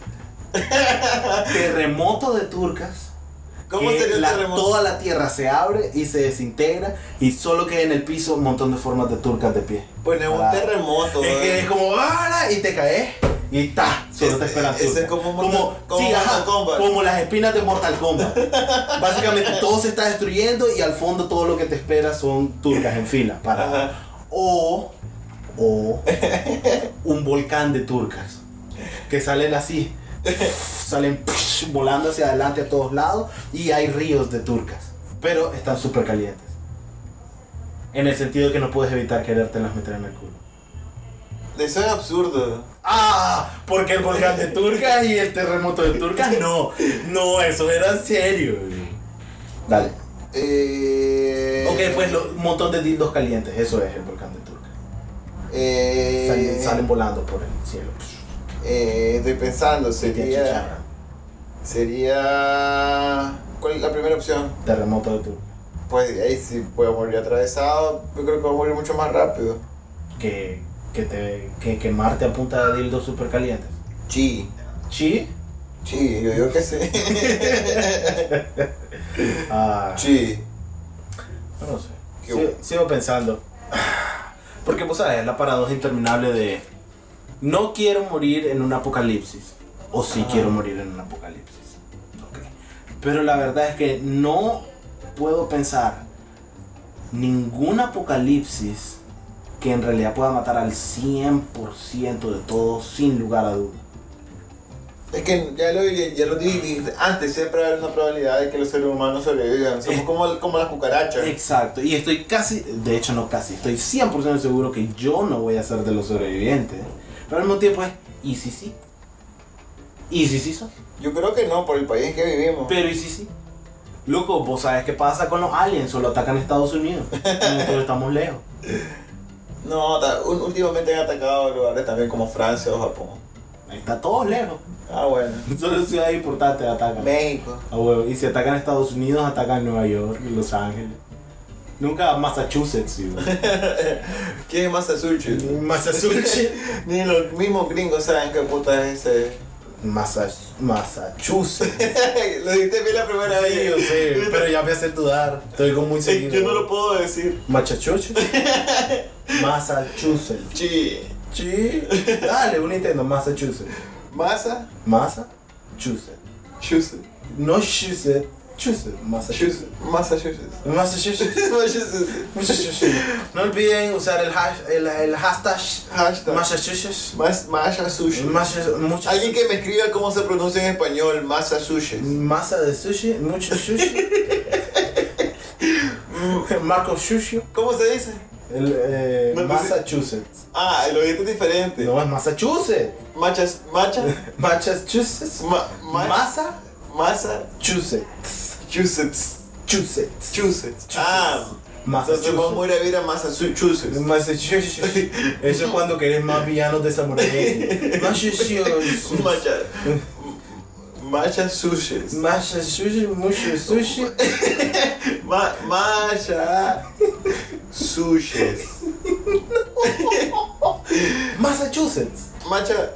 Speaker 1: terremoto de turcas.
Speaker 2: ¿Cómo
Speaker 1: que
Speaker 2: sería el
Speaker 1: la-
Speaker 2: terremoto?
Speaker 1: Toda la tierra se abre y se desintegra y solo queda en el piso un montón de formas de turcas de pie.
Speaker 2: Pues no es un
Speaker 1: Ah.
Speaker 2: terremoto.
Speaker 1: Es que
Speaker 2: ¿eh?
Speaker 1: es como ¡ah! y te caes y ta, solo
Speaker 2: Ese-
Speaker 1: te esperan
Speaker 2: ese
Speaker 1: turcas.
Speaker 2: es como
Speaker 1: como,
Speaker 2: Mortal- como
Speaker 1: sí, ajá,
Speaker 2: Mortal Kombat.
Speaker 1: como las espinas de Mortal Kombat. Básicamente todo se está destruyendo y al fondo todo lo que te espera son turcas en fila. Para.
Speaker 2: Ajá.
Speaker 1: O, o un volcán de turcas que salen así, salen volando hacia adelante a todos lados y hay ríos de turcas, pero están súper calientes. En el sentido que no puedes evitar querértelas meter en el culo.
Speaker 2: Eso es absurdo.
Speaker 1: Ah, porque el volcán de Turcas y el terremoto de Turcas, no, no, eso era serio. Dale.
Speaker 2: Eh,
Speaker 1: Ok, pues lo- un montón de dildos calientes, eso es el volcán de Turcas.
Speaker 2: Eh,
Speaker 1: Salen, salen volando por el cielo.
Speaker 2: eh, estoy pensando,
Speaker 1: Y te
Speaker 2: sería.
Speaker 1: achicharran.
Speaker 2: Sería. ¿Cuál es la primera opción?
Speaker 1: Terremoto de Turcas.
Speaker 2: Pues ahí sí voy a morir atravesado. Yo creo que voy a morir mucho más rápido.
Speaker 1: Que, que, te, que quemarte a punta de dildos super calientes.
Speaker 2: Sí.
Speaker 1: ¿Sí?
Speaker 2: Sí, yo digo que sí.
Speaker 1: Ah,
Speaker 2: Sí.
Speaker 1: No sé.
Speaker 2: Qué
Speaker 1: Sigo,
Speaker 2: bueno.
Speaker 1: sigo pensando. Porque vos sabes, la paradoja interminable de no quiero morir en un apocalipsis. O sí
Speaker 2: Ah.
Speaker 1: quiero morir en un apocalipsis. Ok. Pero la verdad es que no puedo pensar ningún apocalipsis que en realidad pueda matar al 100% de todos sin lugar a duda.
Speaker 2: Es que ya lo, ya lo dije antes, siempre hay una probabilidad de que los seres humanos sobrevivan. Somos
Speaker 1: Eh.
Speaker 2: como, como las cucarachas.
Speaker 1: Exacto, y estoy casi, de hecho no casi, estoy 100% seguro que yo no voy a ser de los sobrevivientes. Pero al mismo tiempo es, ¿y si sí? ¿Y si sí soy?
Speaker 2: Yo creo que no, por el país en que vivimos.
Speaker 1: Pero ¿y si sí? Loco, vos sabes qué pasa con los aliens, solo atacan Estados Unidos. Nosotros estamos lejos.
Speaker 2: No, ta- ú- últimamente han atacado lugares también como Francia o Japón.
Speaker 1: Ahí Está todos lejos.
Speaker 2: Ah, bueno.
Speaker 1: Solo ciudades importantes atacan.
Speaker 2: México.
Speaker 1: A huevo, Y si atacan a Estados Unidos, atacan Nueva York, Los Ángeles. Nunca a Massachusetts, sí, güey.
Speaker 2: ¿Quién es Massachusetts?
Speaker 1: Massachusetts.
Speaker 2: Ni los mismos gringos saben qué puta es ese.
Speaker 1: Massa- Massachusetts.
Speaker 2: lo dijiste bien la primera
Speaker 1: Sí,
Speaker 2: vez.
Speaker 1: yo sé, pero ya me hace dudar. Estoy con muy
Speaker 2: Eh,
Speaker 1: seguido.
Speaker 2: Yo no lo puedo decir.
Speaker 1: Massachusetts. Massachusetts.
Speaker 2: Sí.
Speaker 1: Sí. Dale, un Nintendo. Massachusetts.
Speaker 2: Masa.
Speaker 1: Massachusetts.
Speaker 2: Chuset.
Speaker 1: No Chuset. Massachusetts. Massachusetts.
Speaker 2: Massachusetts. Massachusetts.
Speaker 1: Massachusetts.
Speaker 2: Massachusetts.
Speaker 1: No olviden usar el, hash, el, el hashtag
Speaker 2: Hashtag.
Speaker 1: Massachusetts.
Speaker 2: Mas- Massachusetts.
Speaker 1: Massa- mucho-
Speaker 2: Alguien que me escriba cómo se pronuncia en español Massachusetts.
Speaker 1: Masa de sushi, mucho sushi. Marco Sushi.
Speaker 2: ¿Cómo se dice?
Speaker 1: El, eh,
Speaker 2: Me puse-
Speaker 1: Massachusetts.
Speaker 2: Ah, lo dijiste diferente.
Speaker 1: No, es Massachusetts.
Speaker 2: Machas, macha,
Speaker 1: Massachusetts.
Speaker 2: ma, ma-
Speaker 1: Masa.
Speaker 2: Massachusetts.
Speaker 1: Massachusetts. Massachusetts.
Speaker 2: Massachusetts. Ah, entonces vamos a
Speaker 1: Massachusetts.
Speaker 2: ir a vivir a Massachusetts.
Speaker 1: Massachusetts. Eso es cuando querés más villanos de Samurai. Jack. Massachusetts.
Speaker 2: Macha, Massachusetts.
Speaker 1: Massachusetts, mucho sushi.
Speaker 2: Ma, macha, Sushes.
Speaker 1: Massachusetts.
Speaker 2: Macha,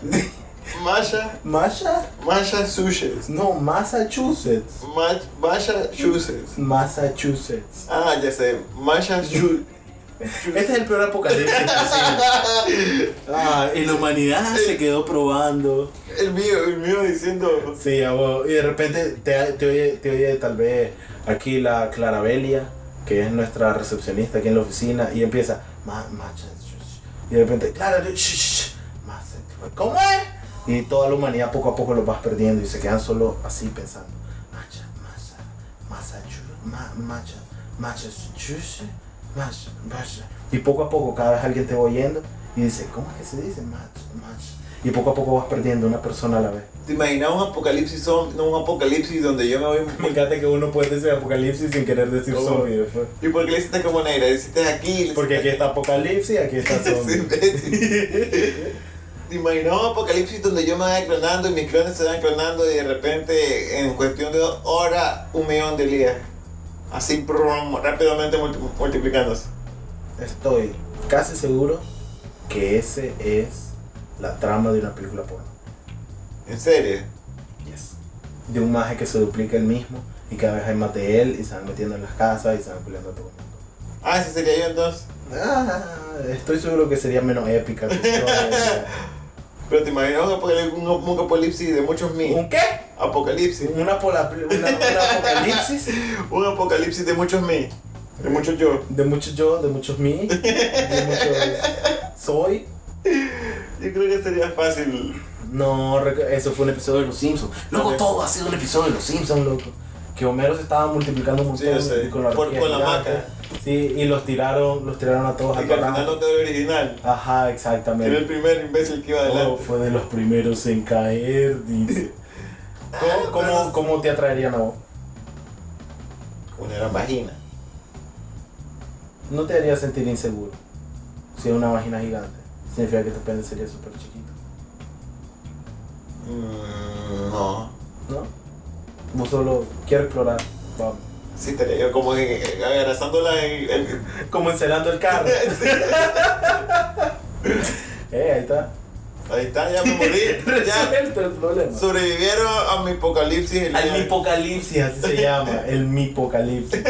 Speaker 2: Masha,
Speaker 1: Masha.
Speaker 2: Masha Sushes.
Speaker 1: No, Massachusetts.
Speaker 2: Ma- Massachusetts.
Speaker 1: Massachusetts.
Speaker 2: Ah, ya sé. Massachusetts.
Speaker 1: Este es el peor apocalipsis posible. Ah, y la humanidad se quedó probando.
Speaker 2: El mío, el mío diciendo.
Speaker 1: Sí, a huevo. y de repente te, te oye, te oye tal vez aquí la Clarabelia, que es nuestra recepcionista aquí en la oficina, y empieza. "Ma- Massachusetts". Y de repente, Clara, shh, shh, Massachusetts". ¿cómo es? Y toda la humanidad poco a poco lo vas perdiendo y se quedan solo así pensando. Macha, masa, Massachusetts, ma- macha, Massachusetts, macha, macha. Y poco a poco cada vez alguien te va oyendo y dice, ¿cómo es que se dice? Macha, macha. Y poco a poco vas perdiendo una persona a la vez.
Speaker 2: ¿Te imaginas un apocalipsis zom- no, un apocalipsis donde yo me
Speaker 1: Me
Speaker 2: voy
Speaker 1: encanta que uno puede decir apocalipsis sin querer decir
Speaker 2: ¿Cómo?
Speaker 1: zombie. después.
Speaker 2: ¿Y por qué le hiciste como negra? Le hiciste aquí. le
Speaker 1: Porque aquí
Speaker 2: hiciste-
Speaker 1: está apocalipsis y aquí está
Speaker 2: Sí,
Speaker 1: zombie.
Speaker 2: imbécil. ¿Te imaginas un apocalipsis donde yo me vaya clonando y mis clones se van clonando y de repente en cuestión de dos horas un millón de ligas? Así brum, rápidamente multi- multiplicándose.
Speaker 1: Estoy casi seguro que ese es la trama de una película porno.
Speaker 2: ¿En serio?
Speaker 1: Yes. De un maje que se duplica el mismo y cada vez hay más de él y se van metiendo en las casas y se van peleando a todo el mundo.
Speaker 2: Ah, ese sería yo entonces.
Speaker 1: Ah, estoy seguro que sería menos épica. que historia.
Speaker 2: Pero te imaginas un apocalipsis, un- un apocalipsis de muchos mil.
Speaker 1: ¿Un qué?
Speaker 2: Apocalipsis.
Speaker 1: Una, pola- una- una apocalipsis
Speaker 2: Un apocalipsis de muchos mil. De muchos yo.
Speaker 1: de muchos yo, de muchos mí, de muchos soy.
Speaker 2: Yo creo que sería fácil.
Speaker 1: No, rec- eso fue un episodio de Los Simpsons. Loco,
Speaker 2: Ok.
Speaker 1: todo ha sido un episodio de Los Simpsons, loco. Que Homero se estaba multiplicando un
Speaker 2: Sí,
Speaker 1: montón
Speaker 2: yo sé.
Speaker 1: con la,
Speaker 2: Por-
Speaker 1: horquilla
Speaker 2: con la
Speaker 1: gigante.
Speaker 2: maca.
Speaker 1: Sí, y los tiraron, los tiraron a todos
Speaker 2: Y
Speaker 1: al
Speaker 2: que al
Speaker 1: carajo.
Speaker 2: final no quedó original.
Speaker 1: Ajá,
Speaker 2: Era el
Speaker 1: exactamente.
Speaker 2: primer imbécil que iba
Speaker 1: Oh,
Speaker 2: adelante.
Speaker 1: fue de los primeros en caer, dice.
Speaker 2: Ah,
Speaker 1: ¿Cómo, cómo, cómo te atraerían a vos?
Speaker 2: Una gran vagina.
Speaker 1: No te haría sentir inseguro. Si es una vagina gigante, significa que tu pene sería súper chiquito,
Speaker 2: Mm, no.
Speaker 1: ¿no? Vos solo quieres explorar, vamos.
Speaker 2: Sí, estaría yo como que abrazándola en el.
Speaker 1: Como encerando el carro. eh, ahí está.
Speaker 2: Ahí está, ya me morí. Ya
Speaker 1: Resuelto el problema.
Speaker 2: sobrevivieron a mi apocalipsis. el
Speaker 1: Al
Speaker 2: día de-
Speaker 1: mipocalipsis, así se llama. El mipocalipsis.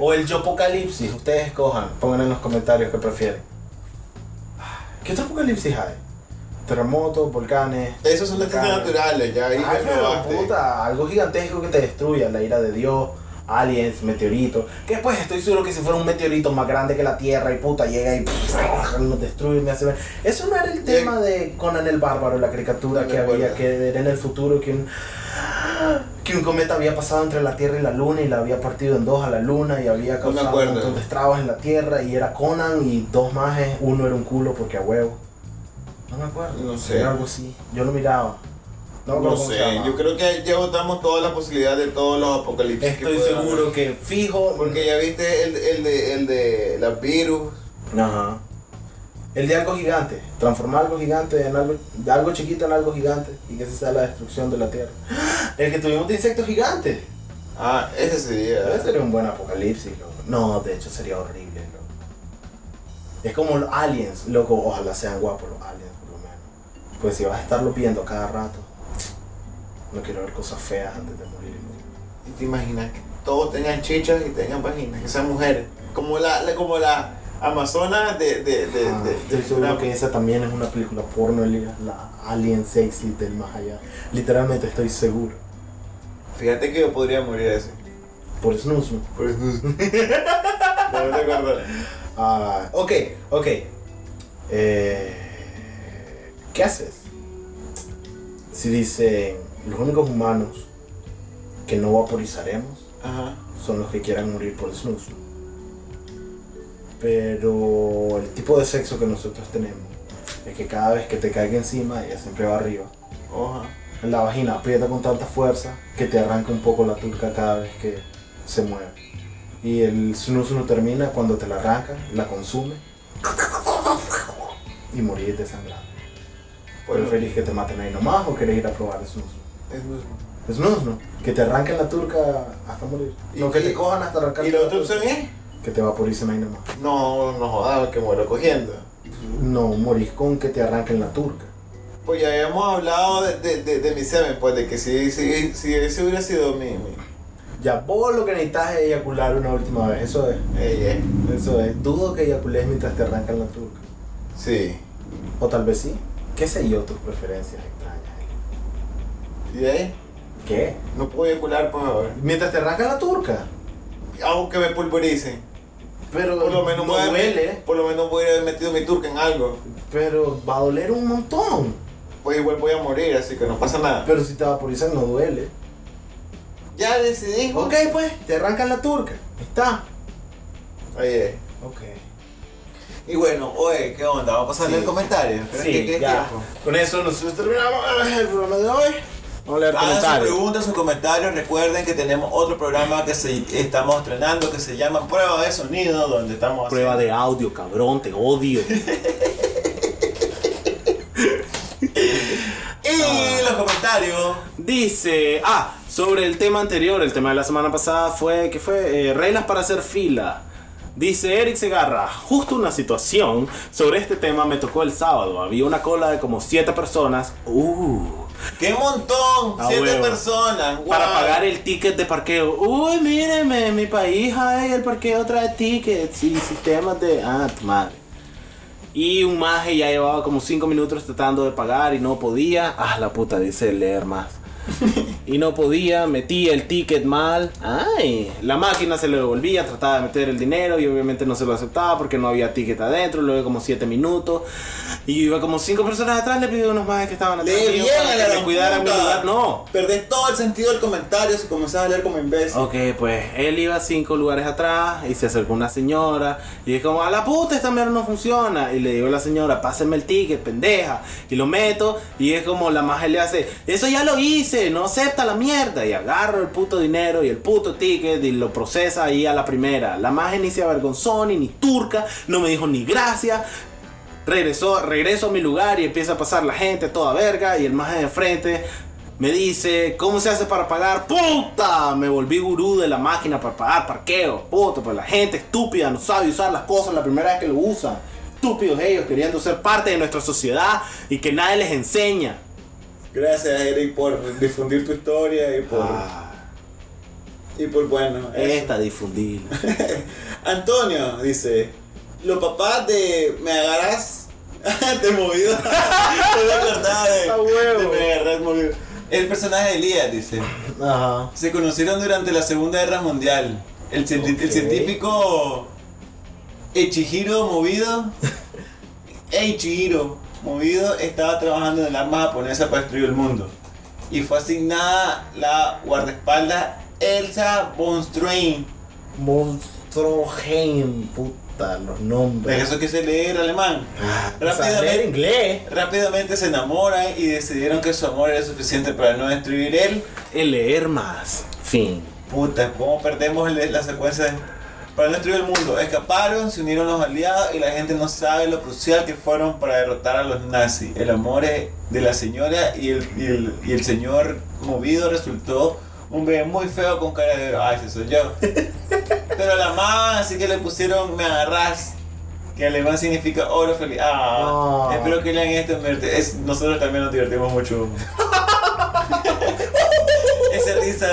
Speaker 1: O el yopocalipsis. Ustedes escojan. Pongan en los comentarios qué prefieren. ¿Qué otro apocalipsis hay? Terremotos, volcanes.
Speaker 2: Esos son desastres
Speaker 1: huracanes.
Speaker 2: naturales, ya ahí
Speaker 1: Ay,
Speaker 2: te
Speaker 1: pero
Speaker 2: probaste.
Speaker 1: Ah, puta, algo gigantesco que te destruya, la ira de Dios, aliens, meteoritos. Que después estoy seguro que si fuera un meteorito más grande que la Tierra y puta llega y pff, nos destruye, me hace ver. Eso no era el tema de Conan el Bárbaro, la caricatura
Speaker 2: No
Speaker 1: que
Speaker 2: me
Speaker 1: había,
Speaker 2: acuerdo.
Speaker 1: que era en el futuro, que un, que un cometa había pasado entre la Tierra y la Luna y la había partido en dos a la Luna y había
Speaker 2: No me
Speaker 1: causado un
Speaker 2: acuerdo.
Speaker 1: montón de estragos en la Tierra y era Conan y dos majes, uno era un culo porque a huevo. No me acuerdo.
Speaker 2: No sé.
Speaker 1: Era algo así. Yo lo miraba. me
Speaker 2: No,
Speaker 1: acuerdo cómo se
Speaker 2: sé,
Speaker 1: llamaba.
Speaker 2: yo creo que ya votamos todas las posibilidades de todos los apocalipsis. que
Speaker 1: Estoy
Speaker 2: puedan
Speaker 1: seguro
Speaker 2: haber.
Speaker 1: que fijo.
Speaker 2: Porque ya viste el, el de, el de las virus.
Speaker 1: Ajá. El de algo gigante. Transformar algo gigante en algo, de algo chiquito en algo gigante. Y que esa sea la destrucción de la tierra. El que tuvimos de insectos gigantes.
Speaker 2: Ah, ese sería.
Speaker 1: Ese sería un buen apocalipsis, loco. No, de hecho sería horrible, loco. Es como los aliens, loco. Ojalá sean guapos los aliens, por lo menos. Pues si vas a estarlo viendo cada rato. No quiero ver cosas feas antes de morir.
Speaker 2: ¿Y te imaginas que todos tengan chichas y tengan vaginas? Que sean mujeres. Como la, la- como la Amazonas de. de, de,
Speaker 1: Ah,
Speaker 2: de-
Speaker 1: estoy
Speaker 2: de-
Speaker 1: seguro
Speaker 2: la-
Speaker 1: que esa también es una película porno, Elías, la Alien Sexy del más allá. Literalmente estoy seguro.
Speaker 2: Fíjate que yo podría morir así.
Speaker 1: Por snus.
Speaker 2: Por eso. no te acuerdas.
Speaker 1: Ah, ok, ok. Eh, ¿Qué haces? Si dice, los únicos humanos que no vaporizaremos
Speaker 2: Ajá.
Speaker 1: son los que quieran morir por snus. Pero el tipo de sexo que nosotros tenemos es que cada vez que te caiga encima, ella siempre va arriba.
Speaker 2: Oja.
Speaker 1: La vagina aprieta con tanta fuerza que te arranca un poco la turca cada vez que se mueve. Y el snus no termina cuando te la arranca, la consume y morís desangrado. ¿Pero
Speaker 2: Bueno,
Speaker 1: feliz que te maten ahí nomás o querés ir a probar el snus?
Speaker 2: es mismo.
Speaker 1: Snus no, que te arranquen la turca hasta morir. No, que
Speaker 2: y-
Speaker 1: te cojan hasta arrancar.
Speaker 2: ¿Y la otra opción es?
Speaker 1: Que te vaporicen ahí nomás.
Speaker 2: No, no jodas, que muero cogiendo.
Speaker 1: No, morís con que te arranquen la turca.
Speaker 2: Pues ya habíamos hablado de, de, de, de mi semen, pues de que si, si, si ese hubiera sido mi. mi
Speaker 1: Ya vos lo que necesitas es eyacular una última vez, eso es.
Speaker 2: ella.
Speaker 1: Eso es. Dudo que eyacules mientras te arrancan la turca.
Speaker 2: Sí.
Speaker 1: O tal vez sí. ¿Qué sé yo tus preferencias extrañas?
Speaker 2: ¿Y de ahí?
Speaker 1: ¿Qué?
Speaker 2: No puedo eyacular, por favor.
Speaker 1: Mientras te arrancan la turca.
Speaker 2: Aunque me pulvericen.
Speaker 1: Pero
Speaker 2: Por lo menos
Speaker 1: no
Speaker 2: voy a-
Speaker 1: duele.
Speaker 2: Por lo menos voy a haber metido mi turca en algo.
Speaker 1: Pero va a doler un montón.
Speaker 2: Pues igual voy a morir, así que no pasa nada.
Speaker 1: Pero si te vaporizan no duele.
Speaker 2: Ya decidí.
Speaker 1: Ok, pues, te arrancan la turca. Ahí Está.
Speaker 2: Oye.
Speaker 1: Ok.
Speaker 2: Y bueno, oye, ¿qué onda? Vamos a pasar
Speaker 1: Sí.
Speaker 2: el comentario. ¿Crees que- que es tiempo?
Speaker 1: Con eso nosotros terminamos el programa de hoy. Vamos a leer
Speaker 2: Hagan sus
Speaker 1: comentarios.
Speaker 2: preguntas, sus comentarios. Recuerden que tenemos otro programa que se, estamos estrenando que se llama Prueba de Sonido, donde estamos
Speaker 4: Prueba
Speaker 2: haciendo-
Speaker 4: de audio, cabrón, te odio. Ah.
Speaker 2: Y los comentarios.
Speaker 4: Dice, ah, sobre el tema anterior, el tema de la semana pasada fue, ¿qué fue? Eh, reglas para hacer fila. Dice Eric Segarra, justo una situación sobre este tema me tocó el sábado. Había una cola de como siete personas. Uh.
Speaker 2: ¡Qué montón!
Speaker 4: Ah,
Speaker 2: Siete
Speaker 4: huevo.
Speaker 2: personas.
Speaker 4: Para
Speaker 2: guau.
Speaker 4: pagar el ticket de parqueo. Uy, míreme, mi país, ay, el parqueo trae tickets y sistemas de. Ah, tu madre. Y un maje ya llevaba como 5 minutos tratando de pagar y no podía. Ah, la puta, dice leer más. y no podía, metía el ticket mal. Ay, la máquina se lo devolvía, trataba de meter el dinero y obviamente no se lo aceptaba porque no había ticket adentro. Luego como 7 minutos. Y iba como 5 personas atrás, le pidió a unos majes que estaban atrás.
Speaker 2: Lee
Speaker 4: mío
Speaker 2: bien
Speaker 4: para
Speaker 2: a
Speaker 4: que
Speaker 2: la
Speaker 4: me cuidaran mi
Speaker 2: puta.
Speaker 4: lugar. No,
Speaker 2: Perdés todo el sentido del comentario si comenzás a leer como imbécil.
Speaker 4: Ok, pues él iba cinco lugares atrás y se acercó una señora y es como, a la puta, esta mierda no funciona. Y le digo a la señora, páseme el ticket, pendeja. Y lo meto y es como la magia le hace, eso ya lo hice, no acepta la mierda. Y agarro el puto dinero y el puto ticket y lo procesa ahí a la primera. La magia ni se avergonzó, ni, ni turca, no me dijo ni gracias. Regresó, regreso a mi lugar y empieza a pasar la gente toda verga y el maje de frente me dice, ¿cómo se hace para pagar? ¡Puta! Me volví gurú de la máquina para pagar parqueo. Puta, pues la gente estúpida no sabe usar las cosas la primera vez que lo usan. Estúpidos ellos queriendo ser parte de nuestra sociedad y que nadie les enseña.
Speaker 2: Gracias, Eric, por difundir tu historia y por.
Speaker 4: Ah,
Speaker 2: Y por bueno. eso.
Speaker 4: esta difundir.
Speaker 2: Antonio dice: Los papás de Me Agarras. Te movido. Te voy a acordar de-
Speaker 1: A huevo.
Speaker 2: de Me Agarras movido. El personaje de Elías dice:
Speaker 1: Ajá.
Speaker 2: Se conocieron durante la Segunda Guerra Mundial. El, cienti- el
Speaker 1: Ok.
Speaker 2: científico Echihiro Movido, Eichihiro Movido, estaba trabajando en el arma japonesa para destruir el mundo. Y fue asignada la guardaespaldas Elsa von Strain.
Speaker 1: Monstruogen, puta, los
Speaker 2: De
Speaker 1: nombres.
Speaker 2: Pues eso que se lee en alemán.
Speaker 1: Ah,
Speaker 2: Rápidamente.
Speaker 1: o sea, leer inglés.
Speaker 2: Rápidamente se enamoran y decidieron que su amor era suficiente para no destruir él.
Speaker 4: El leer más. Fin.
Speaker 2: Puta, ¿cómo perdemos el- la secuencia? de- Para no destruir el mundo, escaparon, se unieron los aliados y la gente no sabe lo crucial que fueron para derrotar a los nazis. El amor es- de la señora y el, y el- y el señor movido resultó un bebé muy feo con cara de... Ay, ese soy yo. Pero la más, así que le pusieron me agarras. Que en alemán significa oro feliz.
Speaker 1: Ah.
Speaker 2: Ah, espero que lean esto. me divert- es- nosotros también nos divertimos mucho. Esa risa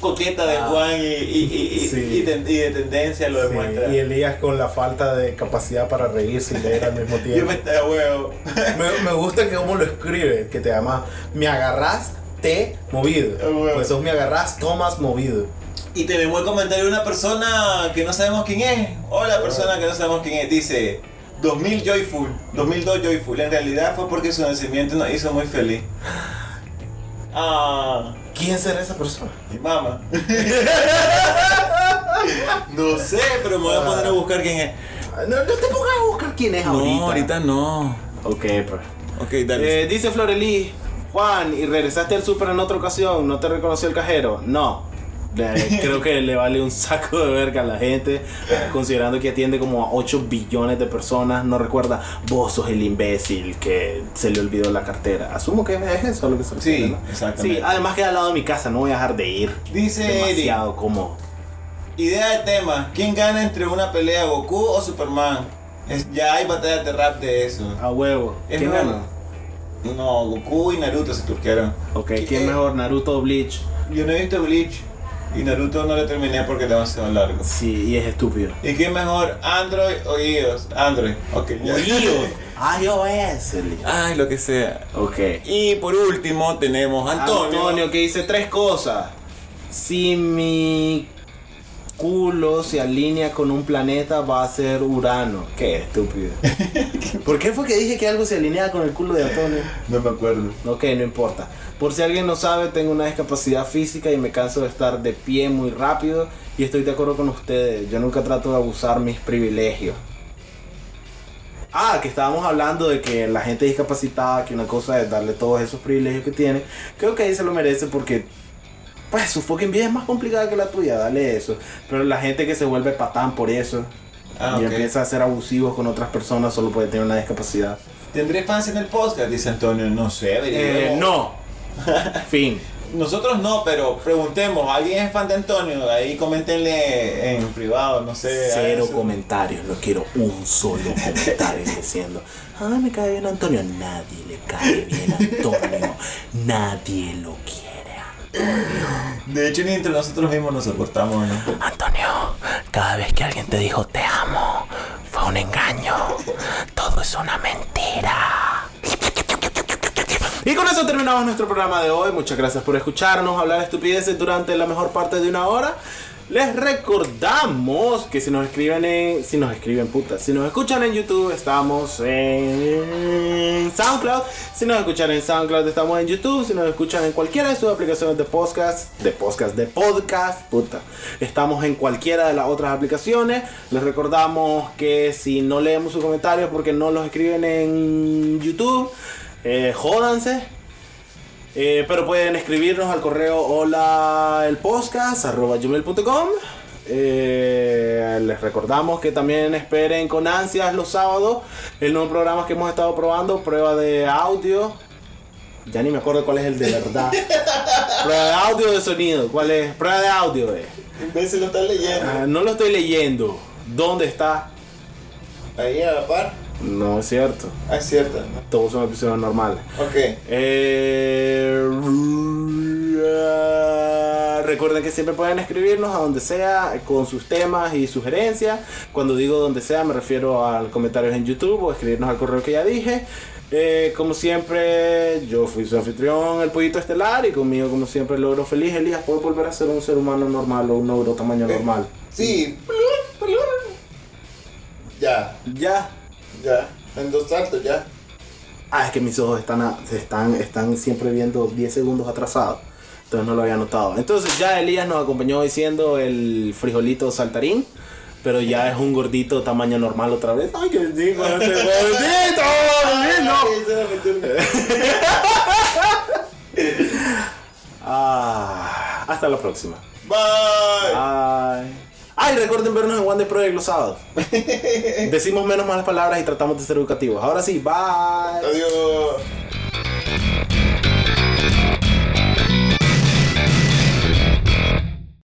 Speaker 2: coqueta de
Speaker 1: Ah.
Speaker 2: Juan y, y- y- y-
Speaker 1: Sí.
Speaker 2: y ten- y de tendencia lo demuestra.
Speaker 1: Sí, y Elías con la falta de capacidad para reírse y leer al mismo
Speaker 2: Yo
Speaker 1: tiempo.
Speaker 2: me está de huevo.
Speaker 1: me, me gusta que cómo lo escribe, que te llama, me agarras,
Speaker 5: T movido.
Speaker 6: Ah, bueno.
Speaker 5: Pues vos me agarrás Tomás movido.
Speaker 2: Y tenemos el comentario de una persona que no sabemos quién es. O la persona que no sabemos quién es. Dice 2000 Joyful, 2002 Joyful. En realidad fue porque su nacimiento nos hizo muy feliz. Ah,
Speaker 5: ¿Quién será esa persona?
Speaker 2: mi mamá. No sé, pero me voy a
Speaker 1: Ah.
Speaker 2: poner a buscar quién es.
Speaker 5: No, no te pongas a buscar quién es
Speaker 2: No, ahorita no.
Speaker 5: Ok, pues. pero.
Speaker 2: Ok, dale.
Speaker 1: Eh, dice Florelí, Juan, y regresaste al súper en otra ocasión, no te reconoció el cajero. No. Eh, creo que le vale un saco de verga a la gente, considerando que atiende como a 8 billones de personas. No recuerda, vos sos el imbécil que se le olvidó la cartera. Asumo que es eso a lo que se refiere,
Speaker 2: Sí,
Speaker 1: ¿no?
Speaker 2: exactamente.
Speaker 1: Sí, además queda al lado de mi casa, no voy a dejar de ir.
Speaker 2: Dice Eric.
Speaker 1: Demasiado como.
Speaker 2: Idea de tema, ¿quién gana entre una pelea Goku o Superman? Es- ya hay batallas de rap de eso.
Speaker 1: A huevo.
Speaker 2: Es
Speaker 1: ¿Quién
Speaker 2: nuevo.
Speaker 1: gana?
Speaker 2: No, Goku y Naruto se turquearon.
Speaker 1: Ok,
Speaker 2: Eh,
Speaker 1: ¿quién mejor? ¿Naruto o Bleach?
Speaker 2: Yo no he visto Bleach y Naruto no lo terminé porque estaba demasiado largo.
Speaker 1: Sí, y es estúpido.
Speaker 2: ¿Y quién mejor, Android o iOS? Android, ok. ya.
Speaker 1: Ah, iOS.
Speaker 2: Ay, lo que sea.
Speaker 1: Ok.
Speaker 2: Y por último tenemos a Antonio.
Speaker 1: Antonio que dice tres cosas. Si mi culo se alinea con un planeta va a ser Urano. Qué estúpido. ¿Por qué fue que dije que algo se alineaba con el culo de Antonio?
Speaker 6: No me acuerdo.
Speaker 1: Ok, no importa. Por si alguien no sabe, tengo una discapacidad física y me canso de estar de pie muy rápido y estoy de acuerdo con ustedes. Yo nunca trato de abusar mis privilegios. Ah, que estábamos hablando de que la gente discapacitada, que una cosa es darle todos esos privilegios que tiene. Creo que ahí se lo merece porque, pues, su fucking vida es más complicada que la tuya, dale eso. Pero la gente que se vuelve patán por eso
Speaker 2: Ah,
Speaker 1: y
Speaker 2: ok.
Speaker 1: empieza a ser abusivos con otras personas solo porque tiene una discapacidad.
Speaker 2: ¿Tendré fans en el podcast? Dice Antonio. No sé,
Speaker 1: Eh,
Speaker 2: averiguemos.
Speaker 1: no. fin.
Speaker 2: Nosotros no, pero preguntemos, ¿alguien es fan de Antonio? Ahí coméntenle en privado, no sé.
Speaker 1: Cero
Speaker 2: háganse-
Speaker 1: comentarios, no quiero un solo comentario diciendo, ah, me cae bien Antonio. A Nadie le cae bien Antonio, nadie lo quiere.
Speaker 2: De hecho, ni entre nosotros mismos nos soportamos, ¿no?
Speaker 7: Antonio, cada vez que alguien te dijo te amo, fue un engaño. Todo es una mentira.
Speaker 1: Y con eso terminamos nuestro programa de hoy. Muchas gracias por escucharnos hablar estupideces durante la mejor parte de una hora. Les recordamos que si nos escriben en. Si nos escriben, puta. Si nos escuchan en YouTube, estamos en SoundCloud. Si nos escuchan en SoundCloud, estamos en YouTube. Si nos escuchan en cualquiera de sus aplicaciones de podcast, de podcast, de podcast, puta. Estamos en cualquiera de las otras aplicaciones. Les recordamos que si no leemos sus comentarios porque no los escriben en YouTube. Eh, jódanse. Eh, pero pueden escribirnos al correo hola el podcast arroba gmail.com. Eh, les recordamos que también esperen con ansias los sábados el nuevo programa que hemos estado probando, prueba de audio. Ya ni me acuerdo cuál es el de verdad. prueba de audio o de sonido, ¿cuál es? Prueba de audio. eh.
Speaker 2: Imbécil, lo están leyendo.
Speaker 1: Ah, no lo estoy leyendo. ¿Dónde está?
Speaker 2: Ahí a la par.
Speaker 1: No es cierto.
Speaker 2: Ah, es cierto. ¿no?
Speaker 1: Todos son episodios normales.
Speaker 2: Ok.
Speaker 1: Eh, eh, recuerden que siempre pueden escribirnos a donde sea con sus temas y sugerencias. Cuando digo donde sea me refiero a los comentarios en YouTube o escribirnos al correo que ya dije. Eh, como siempre, yo fui su anfitrión, el pollito estelar, y conmigo, como siempre, el logro feliz. Elías, ¿puedo volver a ser un ser humano normal o un logro tamaño normal?
Speaker 2: Sí. Plur, plur. Ya,
Speaker 1: Ya.
Speaker 2: ya. En dos saltos, ya.
Speaker 1: Ah, es que mis ojos están, a- se están, están siempre viendo 10 segundos atrasados. Entonces no lo había notado. Entonces ya Elías nos acompañó diciendo el frijolito saltarín. Pero ya es un gordito tamaño normal otra vez. ¡Ay, qué rico ese gordito! divino!
Speaker 2: Ay, se me metió el-
Speaker 1: Ah, hasta la próxima.
Speaker 2: Bye.
Speaker 1: Ah. Bye. Ay, recuerden vernos en One Day Project los sábados. Decimos menos malas palabras y tratamos de ser educativos. Ahora sí, bye.
Speaker 2: Adiós.